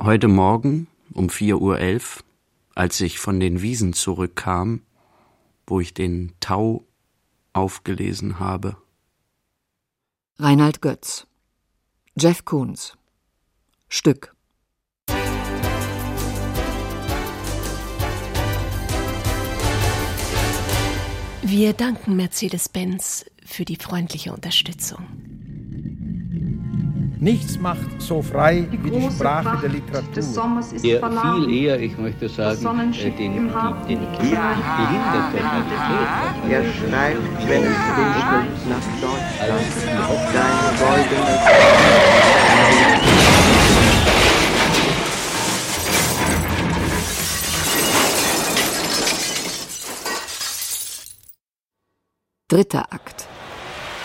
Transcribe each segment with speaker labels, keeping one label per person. Speaker 1: Heute Morgen um 4.11 Uhr, als ich von den Wiesen zurückkam, wo ich den Tau aufgelesen habe.
Speaker 2: Reinhard Götz. Jeff Koons. Stück.
Speaker 3: Wir danken Mercedes-Benz für die freundliche Unterstützung.
Speaker 4: Nichts macht so frei
Speaker 5: Die
Speaker 4: wie die
Speaker 5: große
Speaker 4: Sprache
Speaker 5: Pracht
Speaker 4: der Literatur.
Speaker 5: des Sommers ist
Speaker 6: Ja,
Speaker 5: verladen.
Speaker 6: viel eher, ich möchte sagen, äh,
Speaker 5: Sonnenschiff
Speaker 6: den,
Speaker 5: im
Speaker 6: den,
Speaker 5: Hafen.
Speaker 6: den
Speaker 5: Ja.
Speaker 6: Kindern ja.
Speaker 7: Er schreibt, wenn es
Speaker 6: Äh,
Speaker 7: regnet, nach Deutschland dein goldenes
Speaker 2: Dritter Akt.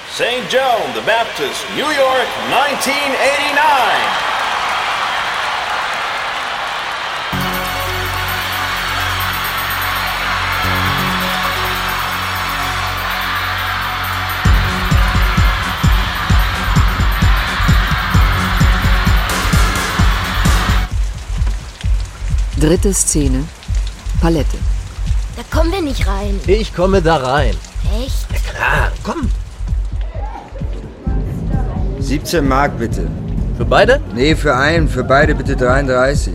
Speaker 8: St. John the Baptist, New York, 1989.
Speaker 2: Dritte Szene. Palette.
Speaker 9: Da kommen wir nicht rein.
Speaker 6: Ich komme da rein.
Speaker 9: Echt?
Speaker 6: Klar, komm.
Speaker 7: 17 Mark bitte.
Speaker 6: Für beide?
Speaker 7: Nee, für einen, für beide bitte 33.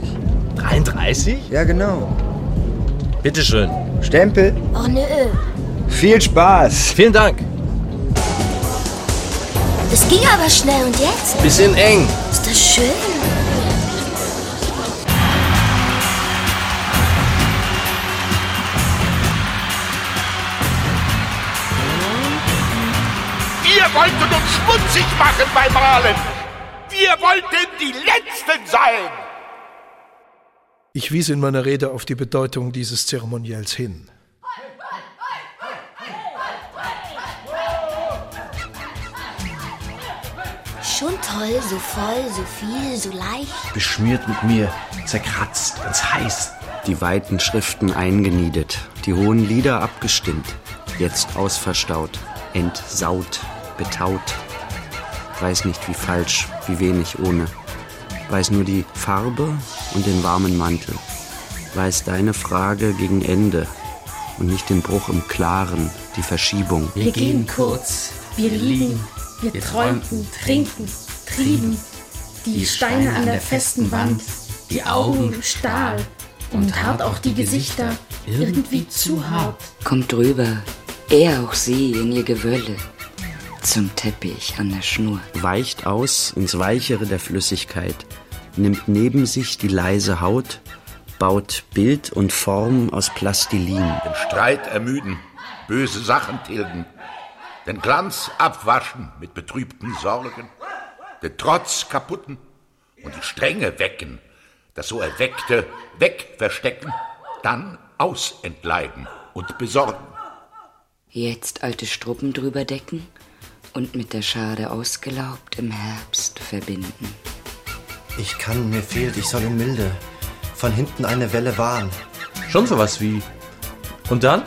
Speaker 6: 33?
Speaker 7: Ja, genau.
Speaker 6: Bitteschön.
Speaker 7: Stempel.
Speaker 9: Och nö.
Speaker 7: Viel Spaß.
Speaker 6: Vielen Dank.
Speaker 9: Das ging aber schnell und jetzt?
Speaker 6: Bisschen eng.
Speaker 9: Ist das schön?
Speaker 8: Ihr wolltet uns schmutzig machen beim Malen. Wir wollten die Letzten sein.
Speaker 10: Ich wies in meiner Rede auf die Bedeutung dieses Zeremoniells hin.
Speaker 9: Schon toll, so voll, so viel, so leicht.
Speaker 6: Beschmiert mit mir, zerkratzt, ganz heiß.
Speaker 1: Die weiten Schriften eingeniedet, die hohen Lieder abgestimmt, jetzt ausverstaut, entsaut, betaut. Weiß nicht, wie falsch, wie wenig ohne. Weiß nur die Farbe und den warmen Mantel. Weiß deine Frage gegen Ende und nicht den Bruch im Klaren, die Verschiebung.
Speaker 3: Wir gehen kurz, wir liegen, wir träumten, trinken, trieben, die Steine an der festen Wand, die Augen im Stahl und hart auch die Gesichter, irgendwie zu hart.
Speaker 11: Kommt drüber, er auch sie in ihr Gewölle, zum Teppich an der Schnur.
Speaker 1: weicht aus ins Weichere der Flüssigkeit, nimmt neben sich die leise Haut, baut Bild und Form aus Plastilin.
Speaker 8: Den Streit ermüden, böse Sachen tilgen, den Glanz abwaschen mit betrübten Sorgen, den Trotz kaputten und die Strenge wecken, das so Erweckte wegverstecken, dann ausentleiden und besorgen.
Speaker 11: Jetzt alte Struppen drüber decken und mit der Schade ausgelaugt im Herbst verbinden.
Speaker 6: Ich kann, mir fehlt, ich soll in Milde. Von hinten eine Welle wahren. Schon sowas wie. Und dann?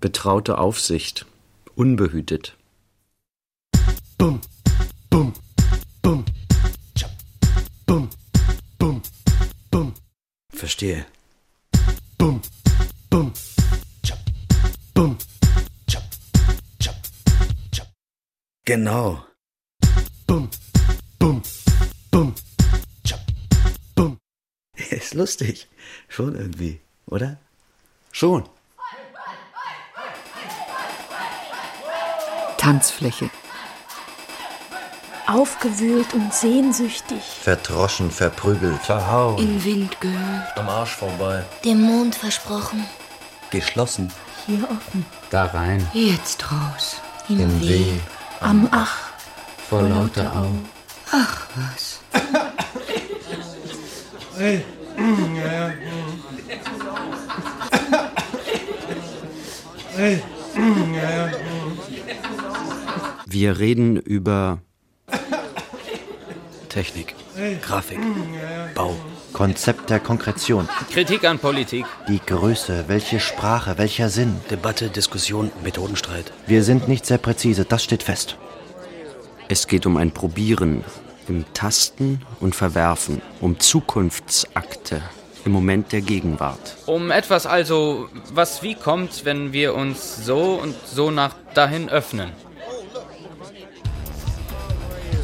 Speaker 1: Betraute Aufsicht, unbehütet.
Speaker 6: Verstehe. Genau.
Speaker 7: Ist lustig. Schon irgendwie, oder?
Speaker 6: Schon.
Speaker 2: Tanzfläche.
Speaker 3: Aufgewühlt und sehnsüchtig.
Speaker 6: Verdroschen, verprügelt. Verhauen.
Speaker 11: In Wind gehört,
Speaker 6: Am Arsch vorbei.
Speaker 9: Dem Mond versprochen.
Speaker 6: Geschlossen.
Speaker 3: Hier offen.
Speaker 6: Da rein.
Speaker 11: jetzt raus.
Speaker 9: Im,
Speaker 6: Weh.
Speaker 3: Am Ach.
Speaker 6: Vor lauter Augen.
Speaker 11: Was?
Speaker 1: Wir reden über
Speaker 6: Technik. Grafik. Bau. Konzept der Konkretion.
Speaker 7: Kritik an Politik.
Speaker 6: Die Größe. Welche Sprache. Welcher Sinn.
Speaker 7: Debatte, Diskussion, Methodenstreit.
Speaker 6: Wir sind nicht sehr präzise. Das steht fest.
Speaker 1: Es geht um ein Probieren im Tasten und Verwerfen, um Zukunftsakte im Moment der Gegenwart.
Speaker 12: Um etwas also, was wie kommt, wenn wir uns so und so nach dahin öffnen.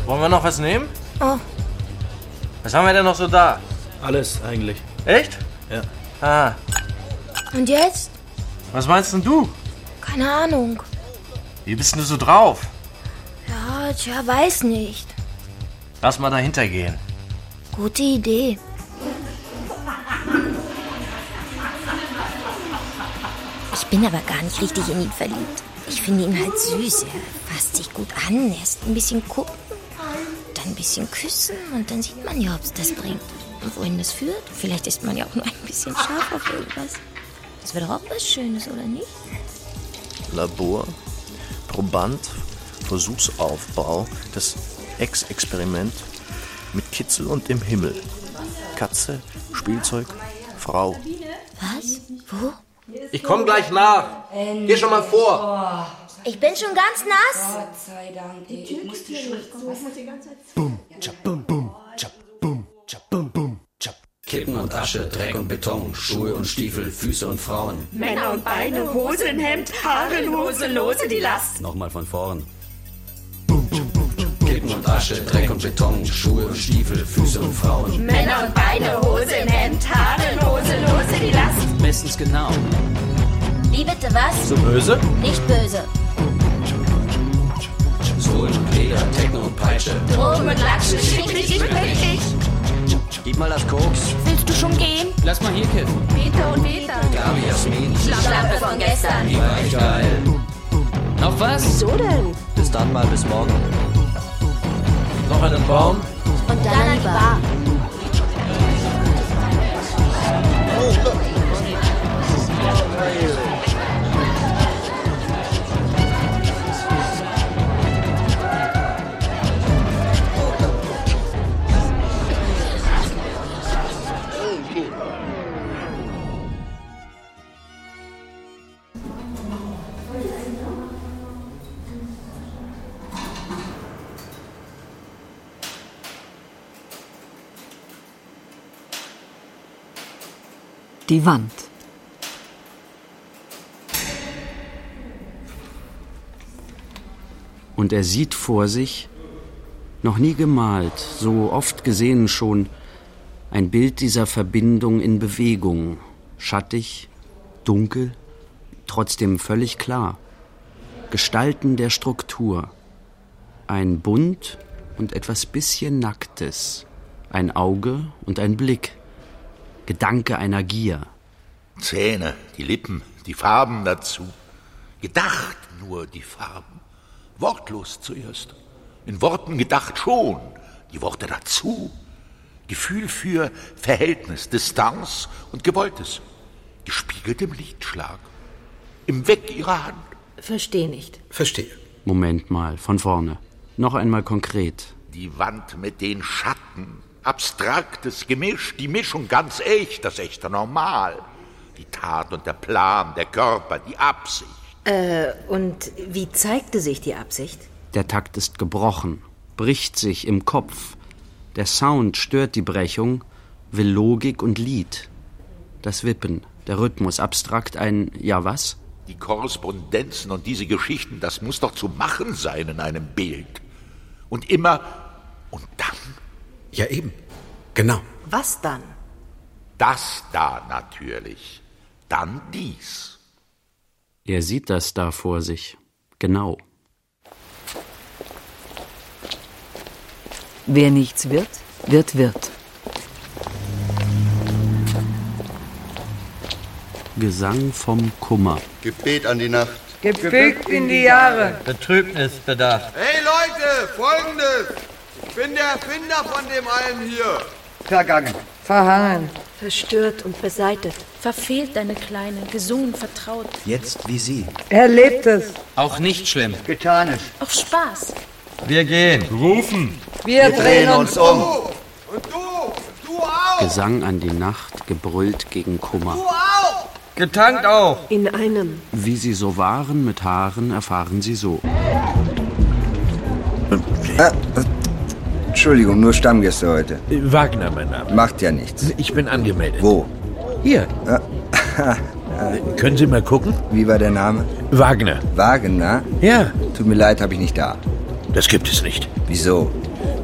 Speaker 7: Wollen wir noch was nehmen?
Speaker 9: Oh,
Speaker 7: Was haben wir denn noch so da?
Speaker 13: Alles eigentlich.
Speaker 7: Echt?
Speaker 13: Ja.
Speaker 7: Ah,
Speaker 9: Und jetzt?
Speaker 7: was meinst denn du?
Speaker 9: Keine Ahnung.
Speaker 7: Wie bist denn du so drauf?
Speaker 9: Ja, tja, weiß nicht.
Speaker 7: Lass mal dahinter gehen.
Speaker 9: Gute Idee. Ich bin aber gar nicht richtig in ihn verliebt. Ich finde ihn halt süß. Er fasst sich gut an, erst ein bisschen gucken, dann ein bisschen küssen und dann sieht man ja, ob es das bringt. Und wohin das führt? Vielleicht ist man ja auch nur ein bisschen scharf auf irgendwas. Das wäre doch auch was Schönes, oder nicht?
Speaker 6: Labor, Proband, Versuchsaufbau, das Ex-Experiment mit Kitzel und im Himmel. Katze, Spielzeug, Frau.
Speaker 9: Was? Wo?
Speaker 7: Ich komm gleich nach. Geh schon mal vor.
Speaker 9: Ich bin schon ganz nass. Gott
Speaker 3: sei Dank. Die Tür musste die ganze Zeit
Speaker 14: Bum, tschap, bum, bum, tschap, bum, tschap, bum, bum, tschap. Kippen und Asche, Dreck und Beton, Schuhe und Stiefel, Füße und Frauen.
Speaker 3: Männer und Beine, Hose im Hemd, Haare in Hose, lose die Last.
Speaker 14: Nochmal von vorn. Kippen und Asche, Dreck und Beton, Schuhe und Stiefel, Füße und Frauen.
Speaker 3: Männer und Beine, Hose im Hemd, Haare in Hose, lose die Last.
Speaker 13: Bestens genau.
Speaker 9: Wie bitte was?
Speaker 13: So böse?
Speaker 9: Nicht böse.
Speaker 14: Sohlen, Leder, Techno und Peitsche.
Speaker 3: Drogen und Latschen, schick mich nicht wirklich.
Speaker 14: Gib mal das Koks.
Speaker 9: Willst du schon gehen?
Speaker 12: Lass mal hier kiffen.
Speaker 3: Peter und Peter.
Speaker 14: Gabi, Jasmin.
Speaker 3: Schlappe von gestern.
Speaker 14: Die war echt geil.
Speaker 12: Noch was?
Speaker 3: Wieso denn?
Speaker 14: Bis dann mal, bis morgen. Noch einen Baum?
Speaker 9: Und dann an die Bar.
Speaker 11: Die Wand.
Speaker 1: Und er sieht vor sich, noch nie gemalt, so oft gesehen schon, ein Bild dieser Verbindung in Bewegung, schattig, dunkel, trotzdem völlig klar. Gestalten der Struktur. Ein Bunt und etwas bisschen Nacktes, ein Auge und ein Blick, Gedanke einer Gier.
Speaker 8: Zähne, die Lippen, die Farben dazu. Gedacht nur die Farben. Wortlos zuerst. In Worten gedacht schon. Die Worte dazu. Gefühl für Verhältnis, Distanz und Gewolltes. Gespiegelt im Lichtschlag. Im Weg ihrer Hand.
Speaker 15: Verstehe nicht.
Speaker 1: Verstehe. Moment mal, von vorne. Noch einmal konkret.
Speaker 8: Die Wand mit den Schatten. Abstraktes Gemisch, die Mischung ganz echt, das echte Normal. Die Tat und der Plan, der Körper, die Absicht.
Speaker 15: Äh, und wie zeigte sich die Absicht?
Speaker 1: Der Takt ist gebrochen, bricht sich im Kopf. Der Sound stört die Brechung, will Logik und Lied. Das Wippen, der Rhythmus, abstrakt ein Ja was?
Speaker 8: Die Korrespondenzen und diese Geschichten, das muss doch zu machen sein in einem Bild. Und immer und dann
Speaker 13: Ja, eben. Genau.
Speaker 15: Was dann?
Speaker 8: das da natürlich. Dann dies.
Speaker 1: Er sieht das da vor sich. Genau.
Speaker 11: Wer nichts wird, wird wird.
Speaker 1: Gesang vom Kummer.
Speaker 16: Gebet an die Nacht.
Speaker 17: Gefügt in die Jahre.
Speaker 7: Betrübnisbedarf.
Speaker 16: Hey Leute, folgendes! Ich bin der Erfinder von dem allem hier.
Speaker 17: Vergangen. Verhangen.
Speaker 18: Verstört und beseitet. Verfehlt deine Kleine, gesungen, vertraut.
Speaker 12: Jetzt wie Sie.
Speaker 17: Erlebtes.
Speaker 12: Auch nicht schlimm.
Speaker 17: Getanes.
Speaker 18: Auf Spaß.
Speaker 7: Wir gehen. Rufen.
Speaker 17: Wir, drehen uns um.
Speaker 1: Gesang an die Nacht, gebrüllt gegen Kummer.
Speaker 7: Getankt
Speaker 17: um.
Speaker 7: auch.
Speaker 15: In einem.
Speaker 1: Wie sie so waren mit Haaren, erfahren sie so.
Speaker 7: Ah, äh, Entschuldigung, nur Stammgäste heute.
Speaker 10: Wagner, mein Name.
Speaker 7: Macht ja nichts.
Speaker 10: Ich bin angemeldet.
Speaker 7: Wo? Ah.
Speaker 10: Hier. Äh, Können Sie mal gucken?
Speaker 7: Wie war der Name?
Speaker 10: Wagner.
Speaker 7: Wagner?
Speaker 10: Ja.
Speaker 7: Tut mir leid, habe ich nicht da.
Speaker 10: Das gibt es nicht.
Speaker 7: Wieso?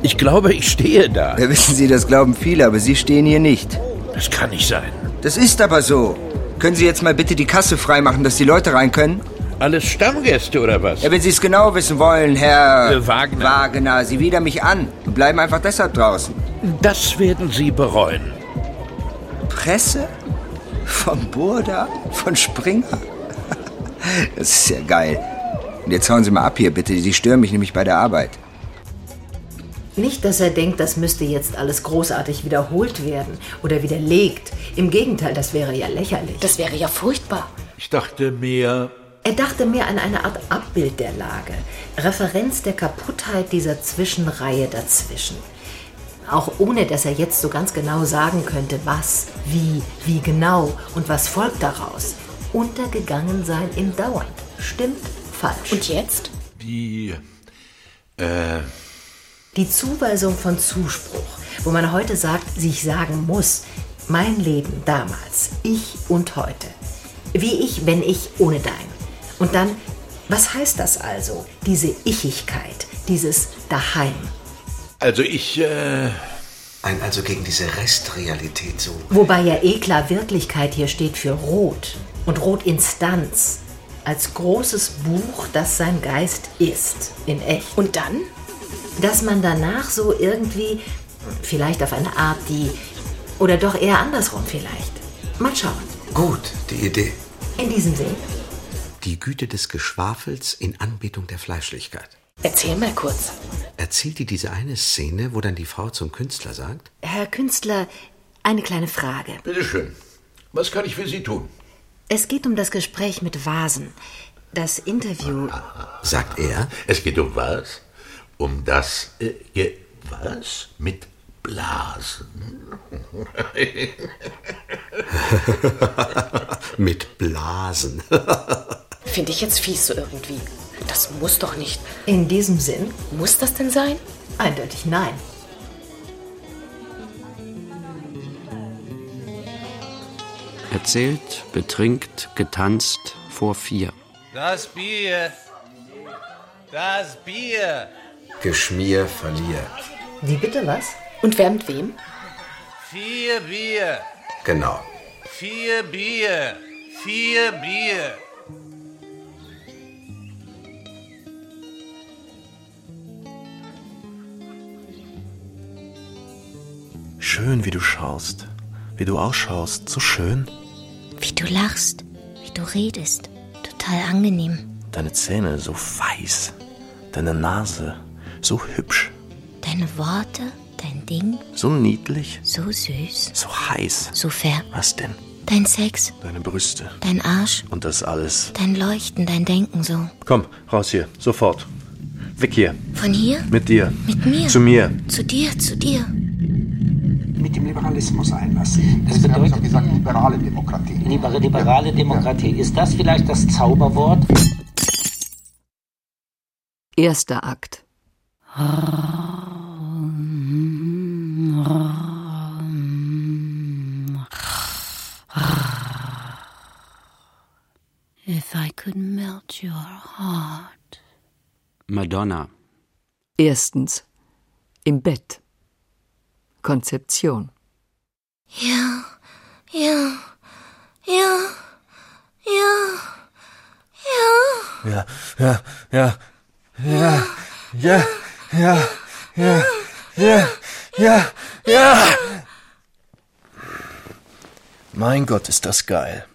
Speaker 10: Ich glaube, ich stehe da.
Speaker 7: Ja, wissen Sie, das glauben viele, aber Sie stehen hier nicht.
Speaker 10: Das kann nicht sein.
Speaker 7: Das ist aber so. Können Sie jetzt mal bitte die Kasse freimachen, dass die Leute rein können?
Speaker 10: Alles Stammgäste oder was?
Speaker 7: Ja, wenn Sie es genau wissen wollen, Herr
Speaker 10: Äh, Wagner.
Speaker 7: Wagner, Sie widern mich an und bleiben einfach deshalb draußen.
Speaker 10: Das werden Sie bereuen.
Speaker 7: Presse? Vom Burda? Von Springer? Das ist ja geil. Und jetzt hauen Sie mal ab hier, bitte. Sie stören mich nämlich bei der Arbeit.
Speaker 3: Nicht, dass er denkt, das müsste jetzt alles großartig wiederholt werden oder widerlegt. Im Gegenteil, das wäre ja lächerlich. Das wäre ja furchtbar.
Speaker 10: Ich dachte mir,
Speaker 3: Er dachte mehr an eine Art Abbild der Lage, Referenz der Kaputtheit dieser Zwischenreihe dazwischen. Auch ohne, dass er jetzt so ganz genau sagen könnte, was, wie, wie genau und was folgt daraus. Untergegangen sein im Dauern. Stimmt, falsch. Und jetzt?
Speaker 19: Die. Äh,
Speaker 3: Die Zuweisung von Zuspruch, wo man heute sagt, sich sagen muss, mein Leben damals, ich und heute. Wie ich, wenn ich ohne dein. Und dann, was heißt das also, diese Ichigkeit, dieses Daheim?
Speaker 19: also ich. Äh,
Speaker 20: Ein also gegen diese Restrealität so.
Speaker 3: Wobei ja eh klar Wirklichkeit hier steht für Rot und Rotinstanz als großes Buch, das sein Geist ist, in echt. Und dann? Dass man danach so irgendwie, vielleicht auf eine Art, die, oder doch eher andersrum vielleicht. Mal schauen.
Speaker 20: Gut, die Idee.
Speaker 3: In diesem Sinne.
Speaker 20: Die Güte des Geschwafels in Anbetung der Fleischlichkeit.
Speaker 3: Erzähl mal kurz.
Speaker 20: Erzählt dir diese eine Szene, wo dann die Frau zum Künstler sagt?
Speaker 3: Herr Künstler, eine kleine Frage.
Speaker 19: bitteschön. Was kann ich für Sie tun?
Speaker 3: Es geht um das Gespräch mit Vasen. Das Interview.
Speaker 19: Sagt er. Es geht um was? Um das. Äh, Ge- was? Mit Blasen?
Speaker 20: Mit Blasen.
Speaker 5: Finde ich jetzt fies so irgendwie. Das muss doch nicht.
Speaker 3: In diesem Sinn?
Speaker 5: Muss das denn sein?
Speaker 3: Eindeutig nein.
Speaker 1: Erzählt, betrinkt, getanzt vor vier.
Speaker 21: Das Bier. Das Bier.
Speaker 20: Geschmier verlier.
Speaker 3: Wie bitte was?
Speaker 5: Und wer mit wem?
Speaker 21: Vier Bier.
Speaker 20: Genau.
Speaker 21: Vier Bier. Vier Bier.
Speaker 6: Schön, wie du schaust. Wie du ausschaust. So schön.
Speaker 9: Wie du lachst, wie du redest. Total angenehm.
Speaker 6: Deine Zähne so weiß. Deine Nase so hübsch.
Speaker 9: Deine Worte, dein Ding,
Speaker 6: So niedlich.
Speaker 9: so süß.
Speaker 6: So heiß.
Speaker 9: So fair.
Speaker 6: Was denn?
Speaker 9: Dein Sex,
Speaker 6: Deine Brüste.
Speaker 9: dein Arsch,
Speaker 6: Und das alles.
Speaker 9: dein Leuchten, dein Denken so.
Speaker 6: Komm, raus hier. Sofort. Weg hier.
Speaker 9: Von hier?
Speaker 6: Mit dir.
Speaker 9: Mit mir?
Speaker 6: Zu mir.
Speaker 9: Zu dir, zu dir.
Speaker 22: mit dem Liberalismus einlassen. Das bedeutet auch gesagt, liberale Demokratie. liberale Demokratie. Ist das vielleicht das Zauberwort?
Speaker 11: Erster Akt.
Speaker 23: If I could melt your heart.
Speaker 1: Madonna.
Speaker 11: Erstens. Im Bett. Konzeption.
Speaker 9: Ja, ja, ja, ja, ja.
Speaker 21: Ja, ja, ja. Ja, ja, ja, ja, ja, ja, ja.
Speaker 6: Mein Gott, ist das geil.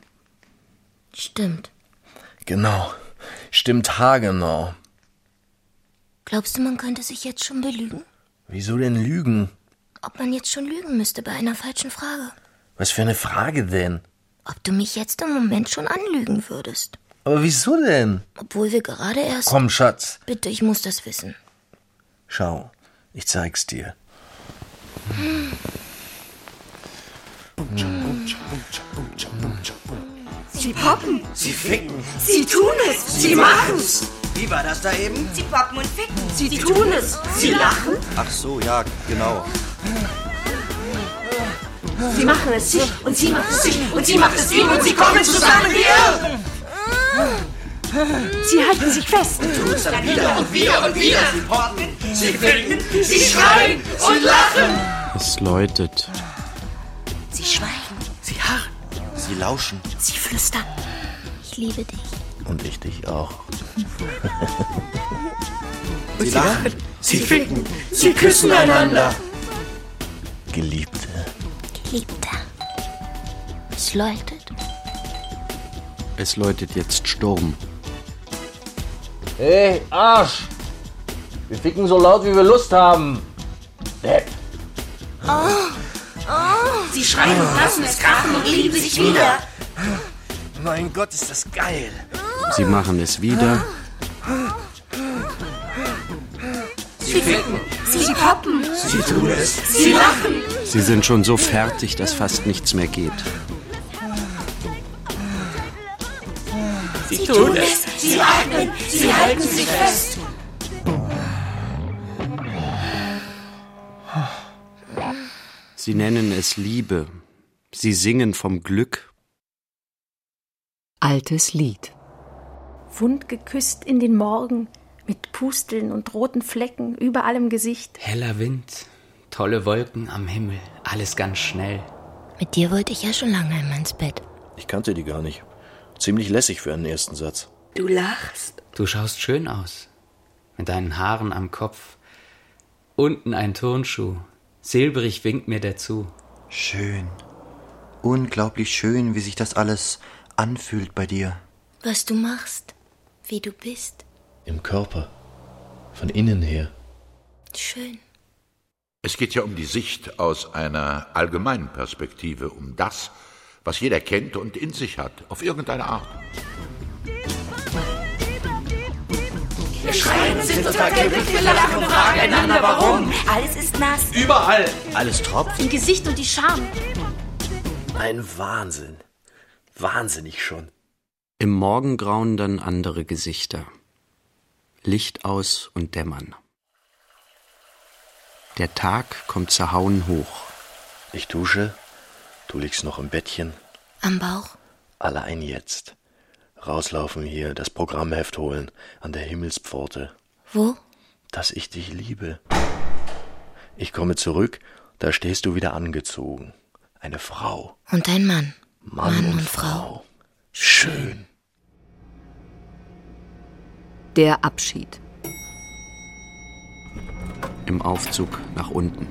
Speaker 9: Stimmt.
Speaker 6: Genau. Stimmt haargenau.
Speaker 9: Glaubst du, man könnte sich jetzt schon belügen?
Speaker 6: Wieso denn lügen?
Speaker 9: Ob man jetzt schon lügen müsste bei einer falschen Frage?
Speaker 6: Was für eine Frage denn?
Speaker 9: Ob du mich jetzt im Moment schon anlügen würdest?
Speaker 6: Aber wieso denn?
Speaker 9: Obwohl wir gerade erst.
Speaker 6: Komm, Schatz.
Speaker 9: Bitte, ich muss das wissen.
Speaker 6: Schau, ich zeig's dir.
Speaker 17: Sie poppen.
Speaker 6: Sie ficken.
Speaker 17: Sie tun es. Sie machen's.
Speaker 24: Wie war das da eben?
Speaker 3: Sie packen und ficken.
Speaker 24: Sie tun es.
Speaker 3: Sie lachen.
Speaker 17: Ach so, ja, genau.
Speaker 3: Sie machen es sich und sie macht es sich und sie macht es ihm und sie kommen zusammen hier. Sie halten sich fest.
Speaker 24: Tut's dann wieder und wieder und wieder. Sie porten, sie ficken, sie schreien und lachen.
Speaker 1: Es läutet.
Speaker 9: Sie schweigen.
Speaker 17: Sie harren. Sie lauschen.
Speaker 9: Sie flüstern. Ich liebe dich.
Speaker 6: Und ich dich auch.
Speaker 17: Sie lachen. Sie ficken.
Speaker 24: Sie küssen einander.
Speaker 6: Geliebte.
Speaker 9: Geliebter. Es läutet.
Speaker 1: Es läutet jetzt Sturm.
Speaker 25: Hey, Arsch! Wir ficken so laut, wie wir Lust haben. Depp.
Speaker 3: Sie Oh, schreien und lassen es krachen und lieben sich wieder.
Speaker 17: Mein Gott, ist das geil.
Speaker 1: Sie machen es wieder.
Speaker 3: Sie ficken. Sie poppen.
Speaker 1: Sie tun es.
Speaker 3: Sie lachen.
Speaker 1: Sie sind schon so fertig, dass fast nichts mehr geht.
Speaker 24: Sie
Speaker 3: tun es. Sie atmen. Sie halten sich fest.
Speaker 1: Sie nennen es Liebe. Sie singen vom Glück.
Speaker 11: Altes Lied.
Speaker 26: Wund geküsst in den Morgen, mit Pusteln und roten Flecken überall im Gesicht.
Speaker 27: Heller Wind, tolle Wolken am Himmel, alles ganz schnell.
Speaker 9: Mit dir wollte ich ja schon lange immer ins Bett.
Speaker 6: Ich kannte die gar nicht. Ziemlich lässig für einen ersten Satz.
Speaker 3: Du lachst.
Speaker 27: Du schaust schön aus. Mit deinen Haaren am Kopf. Unten ein Turnschuh. Silbrig winkt mir der zu.
Speaker 17: Schön. Unglaublich schön, wie sich das alles anfühlt bei dir.
Speaker 9: Was du machst. Wie du bist.
Speaker 6: Im Körper. Von innen her.
Speaker 9: Schön.
Speaker 8: Es geht ja um die Sicht aus einer allgemeinen Perspektive, um das, was jeder kennt und in sich hat, auf irgendeine Art.
Speaker 24: Wir schreien, sind uns vergeblich, wir lachen und fragen einander warum.
Speaker 3: Alles ist nass.
Speaker 6: Überall. Alles tropft.
Speaker 3: Im Gesicht und die Scham.
Speaker 6: Ein Wahnsinn. Wahnsinnig schon.
Speaker 1: Im Morgengrauen dann andere Gesichter. Licht aus und dämmern. Der Tag kommt zerhauen hoch.
Speaker 6: Ich dusche. Du liegst noch im Bettchen.
Speaker 9: Am Bauch.
Speaker 6: Allein jetzt. Rauslaufen hier, das Programmheft holen, an der Himmelspforte.
Speaker 9: Wo?
Speaker 6: Dass ich dich liebe. Ich komme zurück, da stehst du wieder angezogen. Eine Frau.
Speaker 9: Und ein Mann.
Speaker 6: Mann,
Speaker 9: Mann
Speaker 6: und
Speaker 9: und Frau.
Speaker 6: Frau. Schön.
Speaker 11: Der Abschied.
Speaker 1: Im Aufzug nach unten.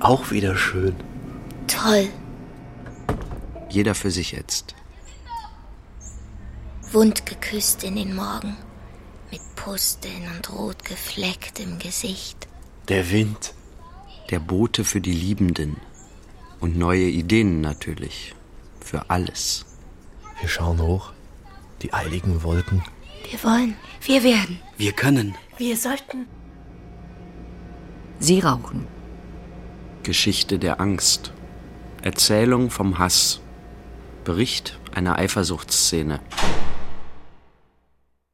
Speaker 6: Auch wieder schön.
Speaker 9: Toll.
Speaker 1: Jeder für sich jetzt.
Speaker 9: Wund geküsst in den Morgen. Mit Pusteln und rot gefleckt im Gesicht.
Speaker 6: Der Wind.
Speaker 1: Der Bote für die Liebenden. Und neue Ideen natürlich. Für alles.
Speaker 6: Wir schauen hoch. Die eiligen Wolken.
Speaker 9: Wir wollen. Wir werden.
Speaker 6: Wir können.
Speaker 3: Wir sollten.
Speaker 11: Sie rauchen.
Speaker 1: Geschichte der Angst. Erzählung vom Hass. Bericht einer Eifersuchtsszene.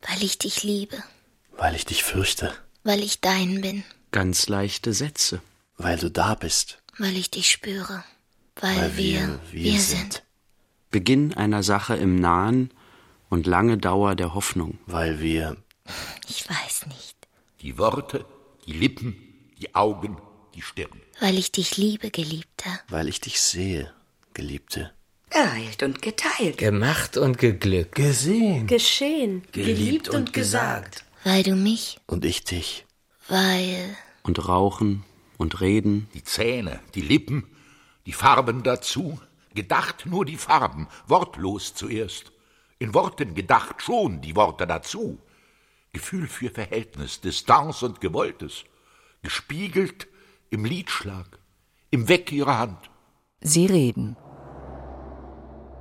Speaker 9: Weil ich dich liebe.
Speaker 6: Weil ich dich fürchte.
Speaker 9: Weil ich dein bin.
Speaker 1: Ganz leichte Sätze.
Speaker 6: Weil du da bist.
Speaker 9: Weil ich dich spüre. Weil, wir, wir, sind.
Speaker 1: Beginn einer Sache im Nahen und lange Dauer der Hoffnung.
Speaker 6: Weil wir.
Speaker 9: Ich weiß nicht.
Speaker 8: Die Worte, die Lippen, die Augen, die Stirn.
Speaker 9: Weil ich dich liebe, Geliebter.
Speaker 6: Weil ich dich sehe, Geliebte.
Speaker 3: Ereilt und geteilt.
Speaker 27: Gemacht und geglückt.
Speaker 6: Gesehen.
Speaker 3: Geschehen.
Speaker 6: Geliebt und
Speaker 3: gesagt.
Speaker 9: Weil du mich.
Speaker 6: Und ich dich.
Speaker 9: Weil.
Speaker 1: Und rauchen und reden.
Speaker 8: Die Zähne, die Lippen, die Farben dazu. Gedacht nur die Farben, wortlos zuerst. In Worten gedacht schon die Worte dazu. Gefühl für Verhältnis, Distanz und Gewolltes. Gespiegelt im Liedschlag, im Weg ihrer Hand.
Speaker 11: Sie reden.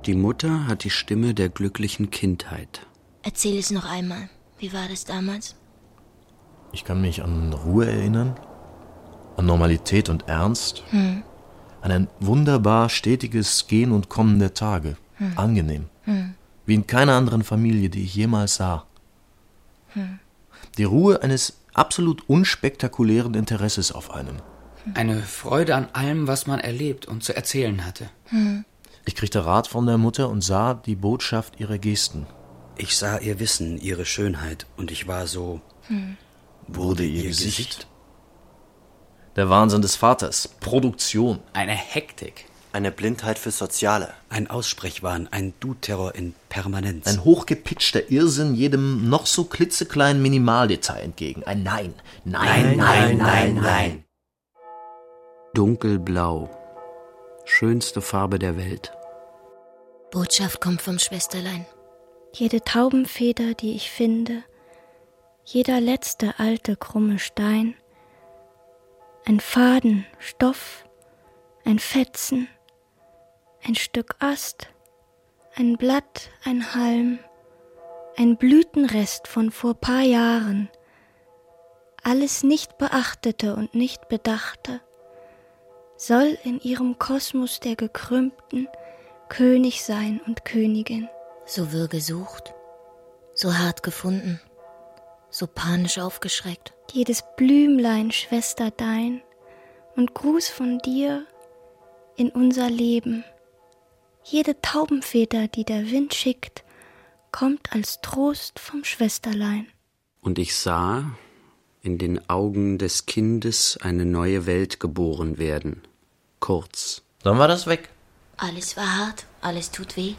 Speaker 1: Die Mutter hat die Stimme der glücklichen Kindheit.
Speaker 9: Erzähl es noch einmal. Wie war das damals?
Speaker 6: Ich kann mich an Ruhe erinnern, an Normalität und Ernst,
Speaker 9: Hm.
Speaker 6: an ein wunderbar stetiges Gehen und Kommen der Tage.
Speaker 9: Hm.
Speaker 6: Angenehm.
Speaker 9: Hm.
Speaker 6: Wie in keiner anderen Familie, die ich jemals sah.
Speaker 9: Hm.
Speaker 6: Die Ruhe eines absolut unspektakulären Interesses auf einem.
Speaker 28: Eine Freude an allem, was man erlebt und zu erzählen hatte.
Speaker 9: Hm.
Speaker 6: Ich kriegte Rat von der Mutter und sah die Botschaft ihrer Gesten.
Speaker 29: Ich sah ihr Wissen, ihre Schönheit und ich war so.
Speaker 9: Hm.
Speaker 6: Wurde ihr, Gesicht? Der Wahnsinn des Vaters. Produktion.
Speaker 28: Eine Hektik.
Speaker 6: Eine Blindheit fürs Soziale.
Speaker 29: Ein Aussprechwahn, ein Du-Terror in Permanenz.
Speaker 6: Ein hochgepitchter Irrsinn jedem noch so klitzekleinen Minimaldetail entgegen. Ein Nein. Nein, nein, nein, nein. nein.
Speaker 1: Dunkelblau. Schönste Farbe der Welt.
Speaker 9: Botschaft kommt vom Schwesterlein.
Speaker 24: Jede Taubenfeder, die ich finde, jeder letzte alte krumme Stein, ein Faden, Stoff, ein Fetzen, ein Stück Ast, ein Blatt, ein Halm, ein Blütenrest von vor paar Jahren, alles nicht beachtete und nicht bedachte, soll in ihrem Kosmos der Gekrümmten König sein und Königin.
Speaker 9: So wirr gesucht, so hart gefunden, so panisch aufgeschreckt.
Speaker 24: jedes Blümlein, Schwester dein, und Gruß von dir in unser Leben. Jede Taubenfeder, die der Wind schickt, kommt als Trost vom Schwesterlein.
Speaker 1: Und ich sah in den Augen des Kindes eine neue Welt geboren werden. Kurz.
Speaker 6: Dann war das weg.
Speaker 9: Alles war hart, alles tut weh.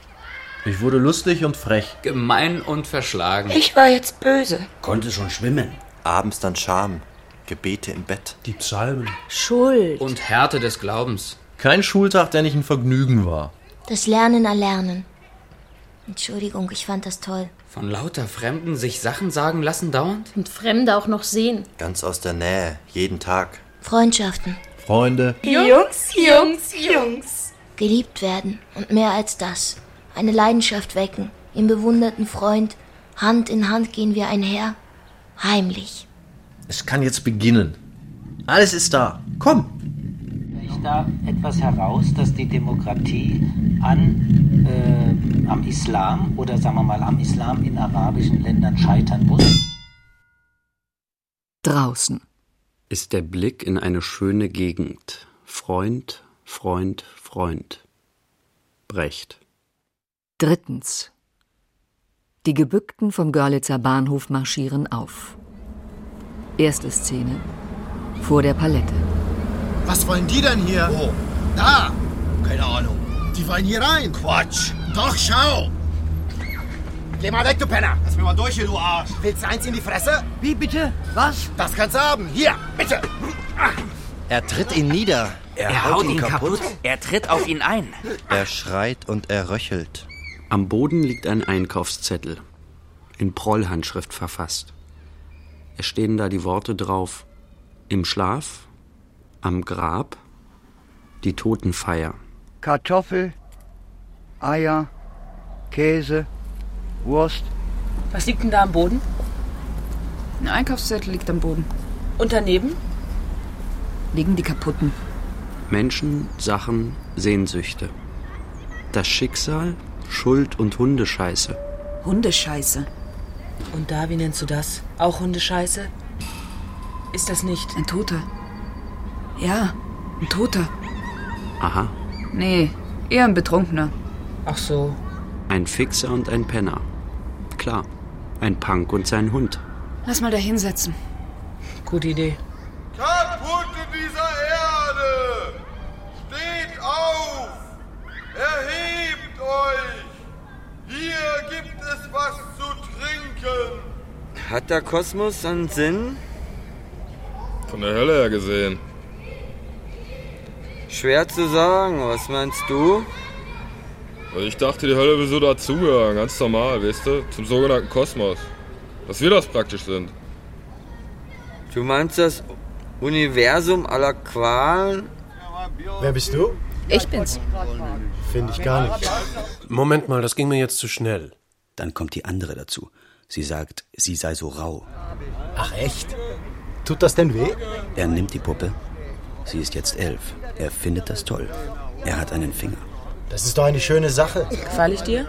Speaker 6: Ich wurde lustig und frech.
Speaker 28: Gemein und verschlagen.
Speaker 9: war jetzt böse.
Speaker 29: Konnte schon schwimmen.
Speaker 7: Abends dann Scham. Gebete im Bett.
Speaker 6: Die Psalmen.
Speaker 9: Schuld.
Speaker 28: Und Härte des Glaubens.
Speaker 6: Kein Schultag, der nicht ein Vergnügen war.
Speaker 9: Das Lernen erlernen. Entschuldigung, ich fand das toll.
Speaker 28: Von lauter Fremden sich Sachen sagen lassen dauernd?
Speaker 30: Und Fremde auch noch sehen.
Speaker 7: Ganz aus der Nähe. Jeden Tag.
Speaker 9: Freundschaften.
Speaker 6: Freunde.
Speaker 30: Jungs,
Speaker 9: Jungs, Jungs. Geliebt werden und mehr als das. Eine Leidenschaft wecken. Im bewunderten Freund. Hand in Hand gehen wir einher. Heimlich.
Speaker 6: Es kann jetzt beginnen. Alles ist da. Komm.
Speaker 31: Ich da etwas heraus, dass die Demokratie an, äh, am Islam oder sagen wir mal am Islam in arabischen Ländern scheitern muss?
Speaker 1: Draußen. Ist der Blick in eine schöne Gegend. Freund, Freund, Freund. Brecht.
Speaker 11: Drittens. Die Gebückten vom Görlitzer Bahnhof marschieren auf. Erste Szene. Vor der Palette.
Speaker 10: Was wollen die denn hier?
Speaker 32: Oh,
Speaker 10: Wo? Da! Keine Ahnung. Die wollen hier rein. Quatsch! Doch, schau! Geh mal weg, du Penner! Lass mir mal durch hier, du Arsch! Willst du eins in die Fresse? Wie bitte? Was? Das kannst du haben. Hier, bitte!
Speaker 7: Er tritt ihn nieder.
Speaker 10: Er
Speaker 7: haut ihn kaputt.
Speaker 1: Er tritt auf ihn ein.
Speaker 7: Er schreit und er röchelt.
Speaker 1: Am Boden liegt ein Einkaufszettel. In Prollhandschrift verfasst. Es stehen da die Worte drauf: Im Schlaf, am Grab, die Totenfeier.
Speaker 10: Kartoffel, Eier, Käse, Wurst.
Speaker 3: Was liegt denn da am Boden? Ein Einkaufszettel liegt am Boden. Und daneben? Liegen die kaputten.
Speaker 1: Menschen, Sachen, Sehnsüchte. Das Schicksal, Schuld und Hundescheiße.
Speaker 3: Hundescheiße. Und da, wie nennst du das? Auch Hundescheiße? Ist das nicht? Ein Toter. Ja, ein Toter.
Speaker 1: Aha,
Speaker 3: Nee, eher ein Betrunkener. Ach so.
Speaker 1: ein Fixer und ein Penner. Klar, ein Punk und sein Hund.
Speaker 3: Lass mal da hinsetzen. Gute Idee.
Speaker 16: Kaputte dieser Erde! Steht auf! Erhebt euch! Hier gibt es was zu trinken!
Speaker 33: Hat der Kosmos einen Sinn?
Speaker 34: Von der Hölle her gesehen.
Speaker 33: Schwer zu sagen, was meinst du?
Speaker 34: Also ich dachte, die Hölle will so dazugehören, ganz normal, weißt du? Zum sogenannten Kosmos. Dass wir das praktisch sind.
Speaker 33: Du meinst das Universum aller Qualen?
Speaker 35: Wer bist du?
Speaker 3: Ich bin's.
Speaker 35: Finde ich gar nicht.
Speaker 29: Moment mal, das ging mir jetzt zu schnell. Dann kommt die andere dazu. Sie sagt, sie sei so rau.
Speaker 35: Ach echt? Tut das denn weh?
Speaker 29: Er nimmt die Puppe. Sie ist jetzt elf. Er findet das toll. Er hat einen Finger.
Speaker 35: Das ist doch eine schöne Sache.
Speaker 3: Gefall ich dir?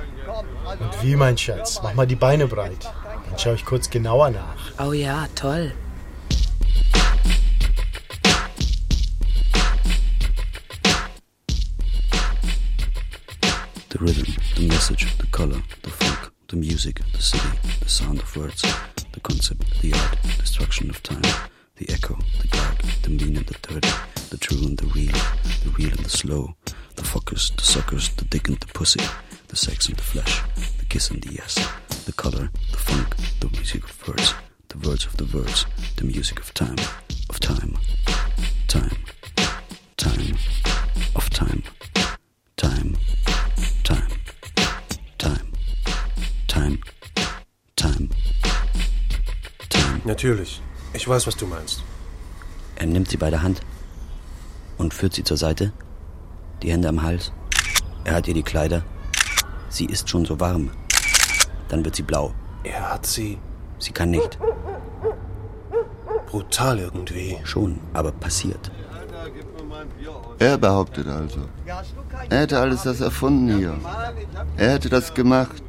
Speaker 35: Und wie, mein Schatz? Mach mal die Beine breit.
Speaker 36: Dann schaue ich kurz genauer nach.
Speaker 37: Oh ja, toll.
Speaker 5: The rhythm, the message, the color, the funk, the music, the city, the sound of words, the concept, the art, destruction of time, the echo, the dark, the mean and the dirty, the true and the real, the real and the slow, the focus, the suckers, the dick and the pussy, the sex and the flesh, the kiss and the yes, the color, the funk, the music of words, the words of the words, the music of time, of time, time, time, of time, time, time, time, time, time.
Speaker 29: Natürlich. Ich weiß, was du meinst.
Speaker 5: Er nimmt sie bei der Hand und führt sie zur Seite, die Hände am Hals. Er hat ihr die Kleider. Sie ist schon so warm. Dann wird sie blau.
Speaker 29: Er hat sie
Speaker 5: Sie kann nicht.
Speaker 29: brutal irgendwie.
Speaker 5: Schon, aber passiert.
Speaker 17: Er behauptet also, er hätte alles das erfunden hier. Er hätte das gemacht.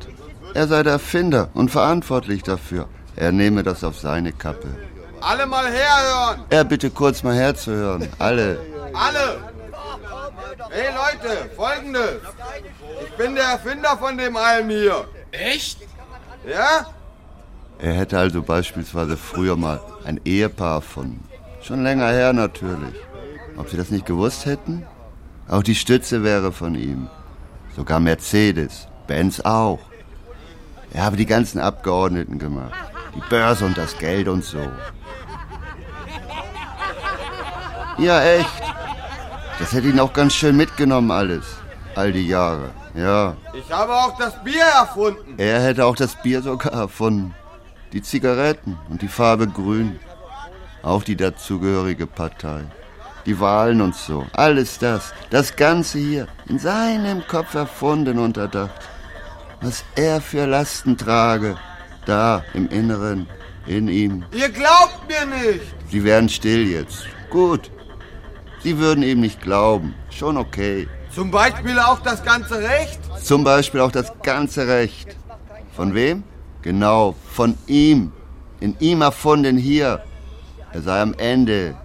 Speaker 17: Er sei der Erfinder und verantwortlich dafür. Er nehme das auf seine Kappe.
Speaker 16: Alle mal herhören!
Speaker 17: Er bitte kurz mal herzuhören. Alle.
Speaker 16: Alle! Hey Leute, folgendes! Ich bin der Erfinder von dem Alm hier! Echt? Ja?
Speaker 17: Er hätte also beispielsweise früher mal ein Ehepaar erfunden. Schon länger her natürlich. Ob sie das nicht gewusst hätten? Auch die Stütze wäre von ihm. Sogar Mercedes, Benz auch. Er habe die ganzen Abgeordneten gemacht. Die Börse und das Geld und so. Ja, echt. Das hätte ihn auch ganz schön mitgenommen alles. All die Jahre. Ja.
Speaker 16: Ich habe auch das Bier erfunden!
Speaker 17: Er hätte auch das Bier sogar erfunden. Die Zigaretten und die Farbe grün. Auch die dazugehörige Partei. Die Wahlen und so. Alles das. Das Ganze hier. In seinem Kopf erfunden und erdacht. Was er für Lasten trage. Da, im Inneren. In ihm.
Speaker 16: Ihr glaubt mir nicht!
Speaker 17: Sie wären still jetzt. Gut. Sie würden ihm nicht glauben. Schon okay.
Speaker 16: Zum Beispiel auch das ganze Recht?
Speaker 17: Zum Beispiel auch das ganze Recht. Von wem? Genau, von ihm. In ihm erfunden hier. Er sei am Ende.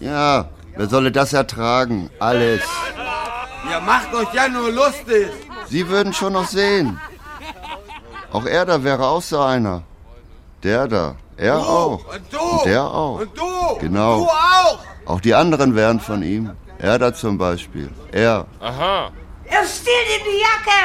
Speaker 17: Ja, wer solle das ertragen? Alles.
Speaker 16: Ihr macht euch ja nur lustig!
Speaker 17: Sie würden schon noch sehen. Auch er da wäre auch so einer. Der da. Er auch.
Speaker 16: Und du!
Speaker 17: Und der auch.
Speaker 16: Und du!
Speaker 17: Genau.
Speaker 16: Und du auch!
Speaker 17: Auch die anderen wären von ihm. Er da zum Beispiel. Er.
Speaker 6: Aha.
Speaker 38: Er stiehlt ihm die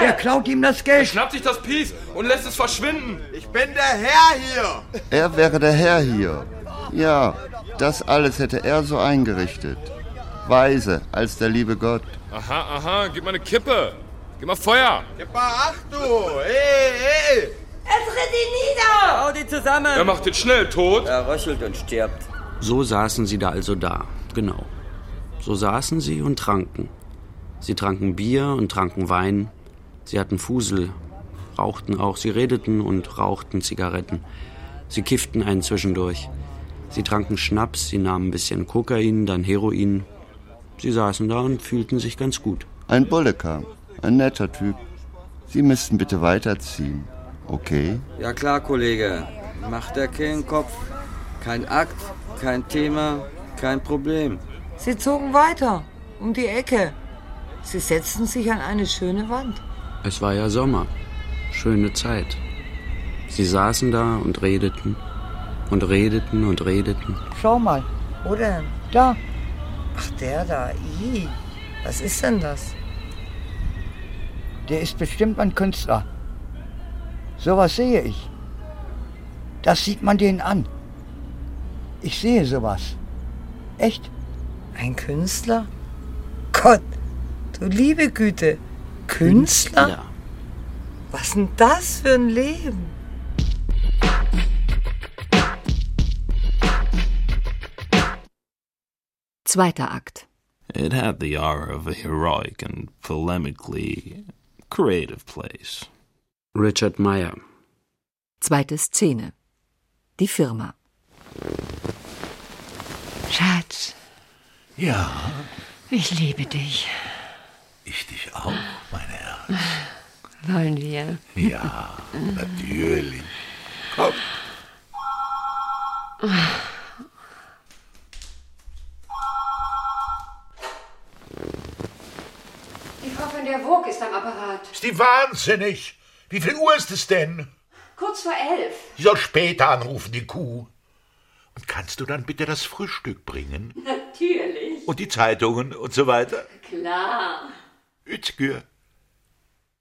Speaker 38: Jacke!
Speaker 17: klaut ihm das Geld.
Speaker 6: Schnappt sich das Piece und lässt es verschwinden.
Speaker 16: Ich bin der Herr hier!
Speaker 17: Er wäre der Herr hier. Ja, das alles hätte er so eingerichtet. Weise als der liebe Gott.
Speaker 6: Aha, aha, gib mal eine Kippe. Gib mal Feuer.
Speaker 16: Beacht du! Hey, hey!
Speaker 38: Er tritt ihn nieder!
Speaker 39: Hau die zusammen!
Speaker 6: Er macht den schnell tot.
Speaker 39: Er röchelt und stirbt.
Speaker 1: So saßen sie da also da, genau. So saßen sie und tranken. Sie tranken Bier und tranken Wein. Sie hatten Fusel, rauchten auch, sie redeten und rauchten Zigaretten. Sie kifften einen zwischendurch. Sie tranken Schnaps, sie nahmen ein bisschen Kokain, dann Heroin. Sie saßen da und fühlten sich ganz gut.
Speaker 17: Ein Bulle kam. Ein netter Typ. Sie müssten bitte weiterziehen. Okay?
Speaker 7: Ja klar, Kollege. Macht der keinen Kopf. Kein Akt, kein Thema, kein Problem.
Speaker 11: Sie zogen weiter, um die Ecke. Sie setzten sich an eine schöne Wand.
Speaker 1: Es war ja Sommer. Schöne Zeit. Sie saßen da und redeten und redeten und redeten.
Speaker 11: Schau mal, wo denn? Da. Ach, der da. Ih, was ist denn das?
Speaker 40: Der ist bestimmt ein Künstler. Sowas sehe ich. Das sieht man denen an. Ich sehe sowas. Echt?
Speaker 11: Ein Künstler? Gott, du liebe Güte. Künstler?
Speaker 1: Ja.
Speaker 11: Was denn das für ein Leben?
Speaker 41: Zweiter Akt.
Speaker 20: It had the aura of a heroic and polemically creative place.
Speaker 1: Richard Meyer.
Speaker 41: Zweite Szene. Die Firma.
Speaker 3: Schatz,
Speaker 8: Ja,
Speaker 3: ich liebe dich.
Speaker 8: ich dich auch, meine Herren.
Speaker 3: Wollen wir?
Speaker 8: Ja, natürlich.
Speaker 42: Komm.
Speaker 4: Die Frau von der Vogue ist am Apparat.
Speaker 8: Ist die wahnsinnig? Wie viel Uhr ist es denn?
Speaker 4: Kurz vor elf.
Speaker 8: Sie soll später anrufen, die Kuh. Und kannst du dann bitte das Frühstück bringen?
Speaker 4: Natürlich.
Speaker 8: Und die Zeitungen und so weiter?
Speaker 4: Klar.
Speaker 8: Ützgür.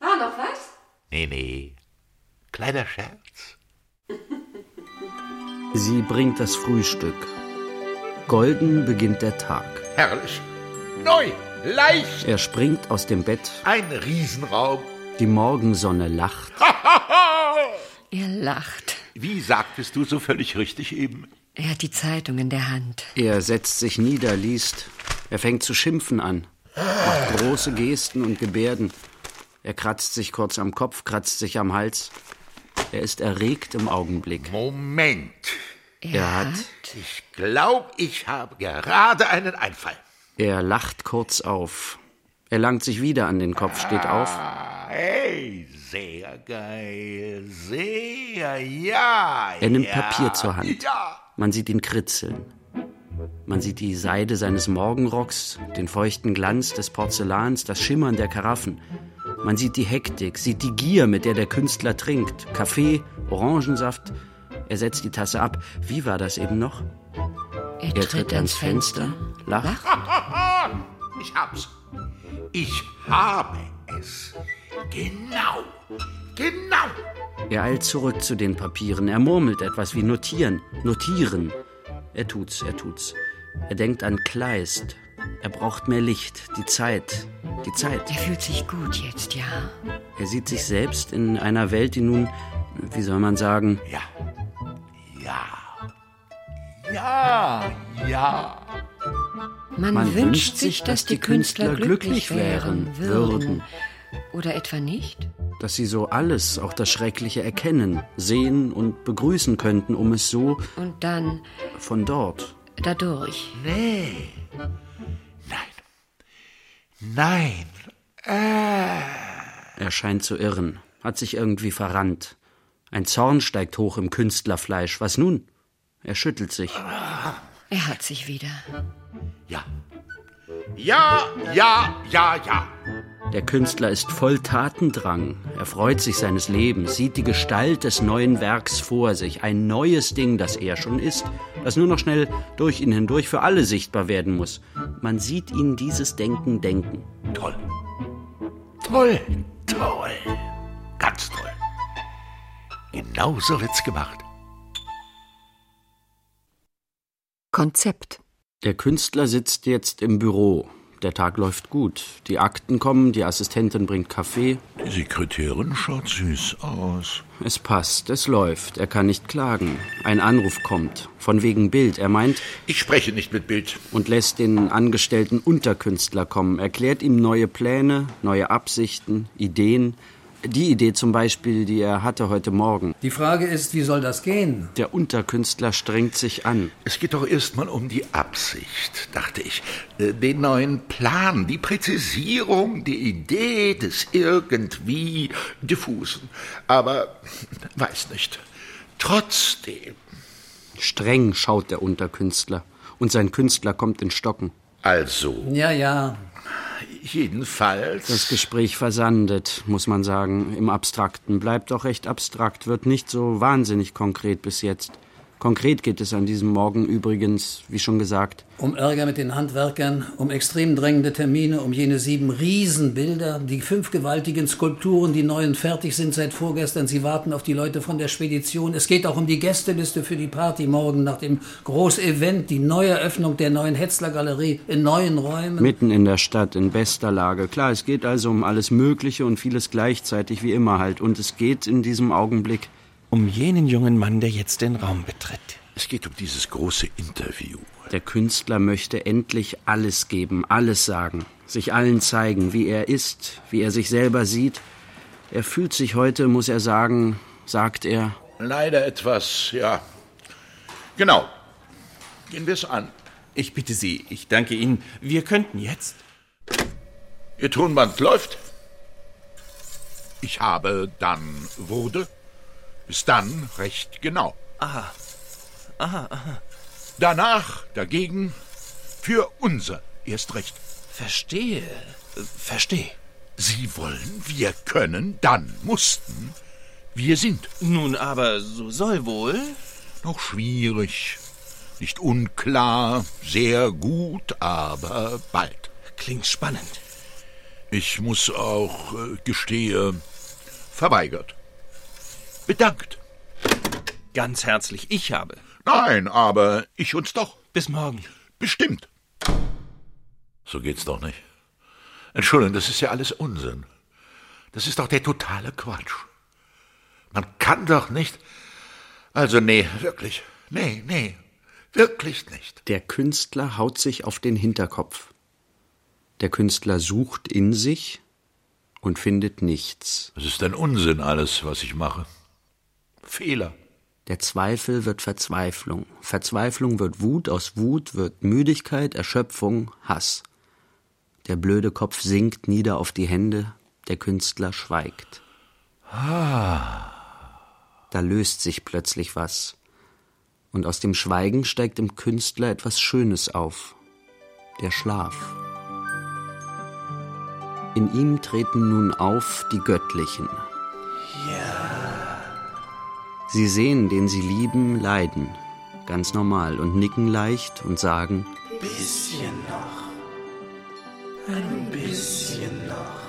Speaker 4: War noch was?
Speaker 8: Nee, nee. Kleiner Scherz.
Speaker 1: Sie bringt das Frühstück. Golden beginnt der Tag.
Speaker 8: Herrlich. Neu. Leicht.
Speaker 1: Er springt aus dem Bett.
Speaker 8: Ein Riesenraum.
Speaker 1: Die Morgensonne lacht.
Speaker 11: Er lacht.
Speaker 8: Wie sagtest du so völlig richtig eben?
Speaker 11: Er hat die Zeitung in der Hand.
Speaker 1: Er setzt sich nieder, liest. Er fängt zu schimpfen an. Macht große Gesten und Gebärden. Er kratzt sich kurz am Kopf, kratzt sich am Hals. Er ist erregt im Augenblick.
Speaker 8: Moment.
Speaker 1: Er hat.
Speaker 8: Ich glaub, ich habe gerade einen Einfall.
Speaker 1: Er lacht kurz auf. Er langt sich wieder an den Kopf, steht auf.
Speaker 8: Ah, Hey, sehr geil, sehr, ja.
Speaker 1: Er nimmt
Speaker 8: ja,
Speaker 1: Papier zur Hand.
Speaker 8: Ja.
Speaker 1: Man sieht ihn kritzeln. Man sieht die Seide seines Morgenrocks, den feuchten Glanz des Porzellans, das Schimmern der Karaffen. Man sieht die Hektik, sieht die Gier, mit der der Künstler trinkt. Kaffee, Orangensaft. Er setzt die Tasse ab. Wie war das eben noch?
Speaker 11: Er tritt ans
Speaker 1: Fenster, lacht.
Speaker 8: Ich hab's. Ich habe es. Genau. Genau.
Speaker 1: Er eilt zurück zu den Papieren. Er murmelt etwas wie notieren, notieren. Er tut's, er tut's. Er denkt an Kleist. Er braucht mehr Licht, die Zeit, die Zeit.
Speaker 11: Er fühlt sich gut jetzt, ja.
Speaker 1: Er sieht sich selbst in einer Welt, die nun, wie soll man sagen,
Speaker 8: ja, Ja, ja.
Speaker 11: Man, wünscht sich, dass die Künstler glücklich wären, würden. Oder etwa nicht?
Speaker 1: dass sie so alles, auch das Schreckliche erkennen, sehen und begrüßen könnten, um es so
Speaker 11: Und dann
Speaker 1: von dort.
Speaker 11: dadurch.
Speaker 8: Nee. Nein. Äh.
Speaker 1: Er scheint zu irren, hat sich irgendwie verrannt. Ein Zorn steigt hoch im Künstlerfleisch. Was nun? Er schüttelt sich.
Speaker 11: Er hat sich wieder.
Speaker 8: Ja, ja, ja, ja.
Speaker 1: Der Künstler ist voll Tatendrang. Er freut sich seines Lebens, sieht die Gestalt des neuen Werks vor sich. Ein neues Ding, das er schon ist, das nur noch schnell durch ihn hindurch für alle sichtbar werden muss. Man sieht ihn dieses Denken denken.
Speaker 8: Toll. Toll. Toll. Ganz toll. Genau so wird's gemacht.
Speaker 11: Konzept.
Speaker 1: Der Künstler sitzt jetzt im Büro. Der Tag läuft gut. Die Akten kommen, die Assistentin bringt Kaffee.
Speaker 8: Die Sekretärin schaut süß aus.
Speaker 1: Es passt, es läuft. Er kann nicht klagen. Ein Anruf kommt. Von wegen Bild. Er meint.
Speaker 8: Ich spreche nicht mit Bild.
Speaker 1: Und lässt den angestellten Unterkünstler kommen. Erklärt ihm neue Pläne, neue Absichten, Ideen. Die Idee zum Beispiel, die er hatte heute Morgen.
Speaker 19: Die Frage ist, wie soll das gehen?
Speaker 1: Der Unterkünstler strengt sich an.
Speaker 8: Es geht doch erstmal um die Absicht, dachte ich. Äh, Den neuen Plan, die Präzisierung, die Idee des irgendwie diffusen. Aber weiß nicht. Trotzdem.
Speaker 1: Streng schaut der Unterkünstler. Und sein Künstler kommt in Stocken.
Speaker 8: Also,
Speaker 19: Ja, ja.
Speaker 8: jedenfalls.
Speaker 1: Das Gespräch versandet, muss man sagen, im Abstrakten. Bleibt doch recht abstrakt, wird nicht so wahnsinnig konkret bis jetzt. Konkret geht es an diesem Morgen übrigens, wie schon gesagt.
Speaker 19: Um Ärger mit den Handwerkern, um extrem drängende Termine, um jene sieben Riesenbilder, die fünf gewaltigen Skulpturen, die neuen fertig sind seit vorgestern. Sie warten auf die Leute von der Spedition. Es geht auch um die Gästeliste für die Party morgen nach dem Großevent, die Neueröffnung der neuen Hetzler-Galerie in neuen Räumen.
Speaker 1: Mitten in der Stadt, in bester Lage. Klar, es geht also um alles Mögliche und vieles gleichzeitig, wie immer halt. Und es geht in diesem Augenblick
Speaker 9: um jenen jungen Mann, der jetzt den Raum betritt.
Speaker 8: Es geht um dieses große Interview.
Speaker 1: Der Künstler möchte endlich alles geben, alles sagen, sich allen zeigen, wie er ist, wie er sich selber sieht. Er fühlt sich heute, muss er sagen, sagt er,
Speaker 8: Leider etwas, ja. Genau. Gehen wir es an.
Speaker 9: Ich bitte Sie, ich danke Ihnen. Wir könnten jetzt.
Speaker 8: Ihr Tonband läuft. Ich habe, dann wurde. Bis dann recht genau.
Speaker 21: Aha. Aha, aha.
Speaker 8: Danach dagegen für unser erst recht.
Speaker 21: Verstehe. Äh, Verstehe.
Speaker 8: Sie wollen, wir können, dann mussten, wir sind.
Speaker 21: Nun aber, so soll wohl.
Speaker 8: Noch schwierig, nicht unklar, sehr gut, aber bald.
Speaker 21: Klingt spannend.
Speaker 8: Ich muss auch, äh, gestehe, verweigert. Bedankt.
Speaker 21: Ganz herzlich, ich habe.
Speaker 8: Nein, aber ich uns doch.
Speaker 21: Bis morgen.
Speaker 8: Bestimmt.
Speaker 23: So geht's doch nicht. Entschuldigung, das ist ja alles Unsinn. Das ist doch der totale Quatsch. Man kann doch nicht. Also nee, wirklich. Nee, nee. Wirklich nicht.
Speaker 1: Der Künstler haut sich auf den Hinterkopf. Der Künstler sucht in sich und findet nichts.
Speaker 23: Es ist ein Unsinn alles, was ich mache. Fehler.
Speaker 1: Der Zweifel wird Verzweiflung. Verzweiflung wird Wut, aus Wut wird Müdigkeit, Erschöpfung, Hass. Der blöde Kopf sinkt nieder auf die Hände, der Künstler schweigt.
Speaker 23: Ah.
Speaker 1: Da löst sich plötzlich was. Und aus dem Schweigen steigt im Künstler etwas Schönes auf. Der Schlaf. In ihm treten nun auf die Göttlichen. Sie sehen, den sie lieben, leiden. Ganz normal und nicken leicht und sagen,
Speaker 43: Bisschen noch. Ein bisschen noch.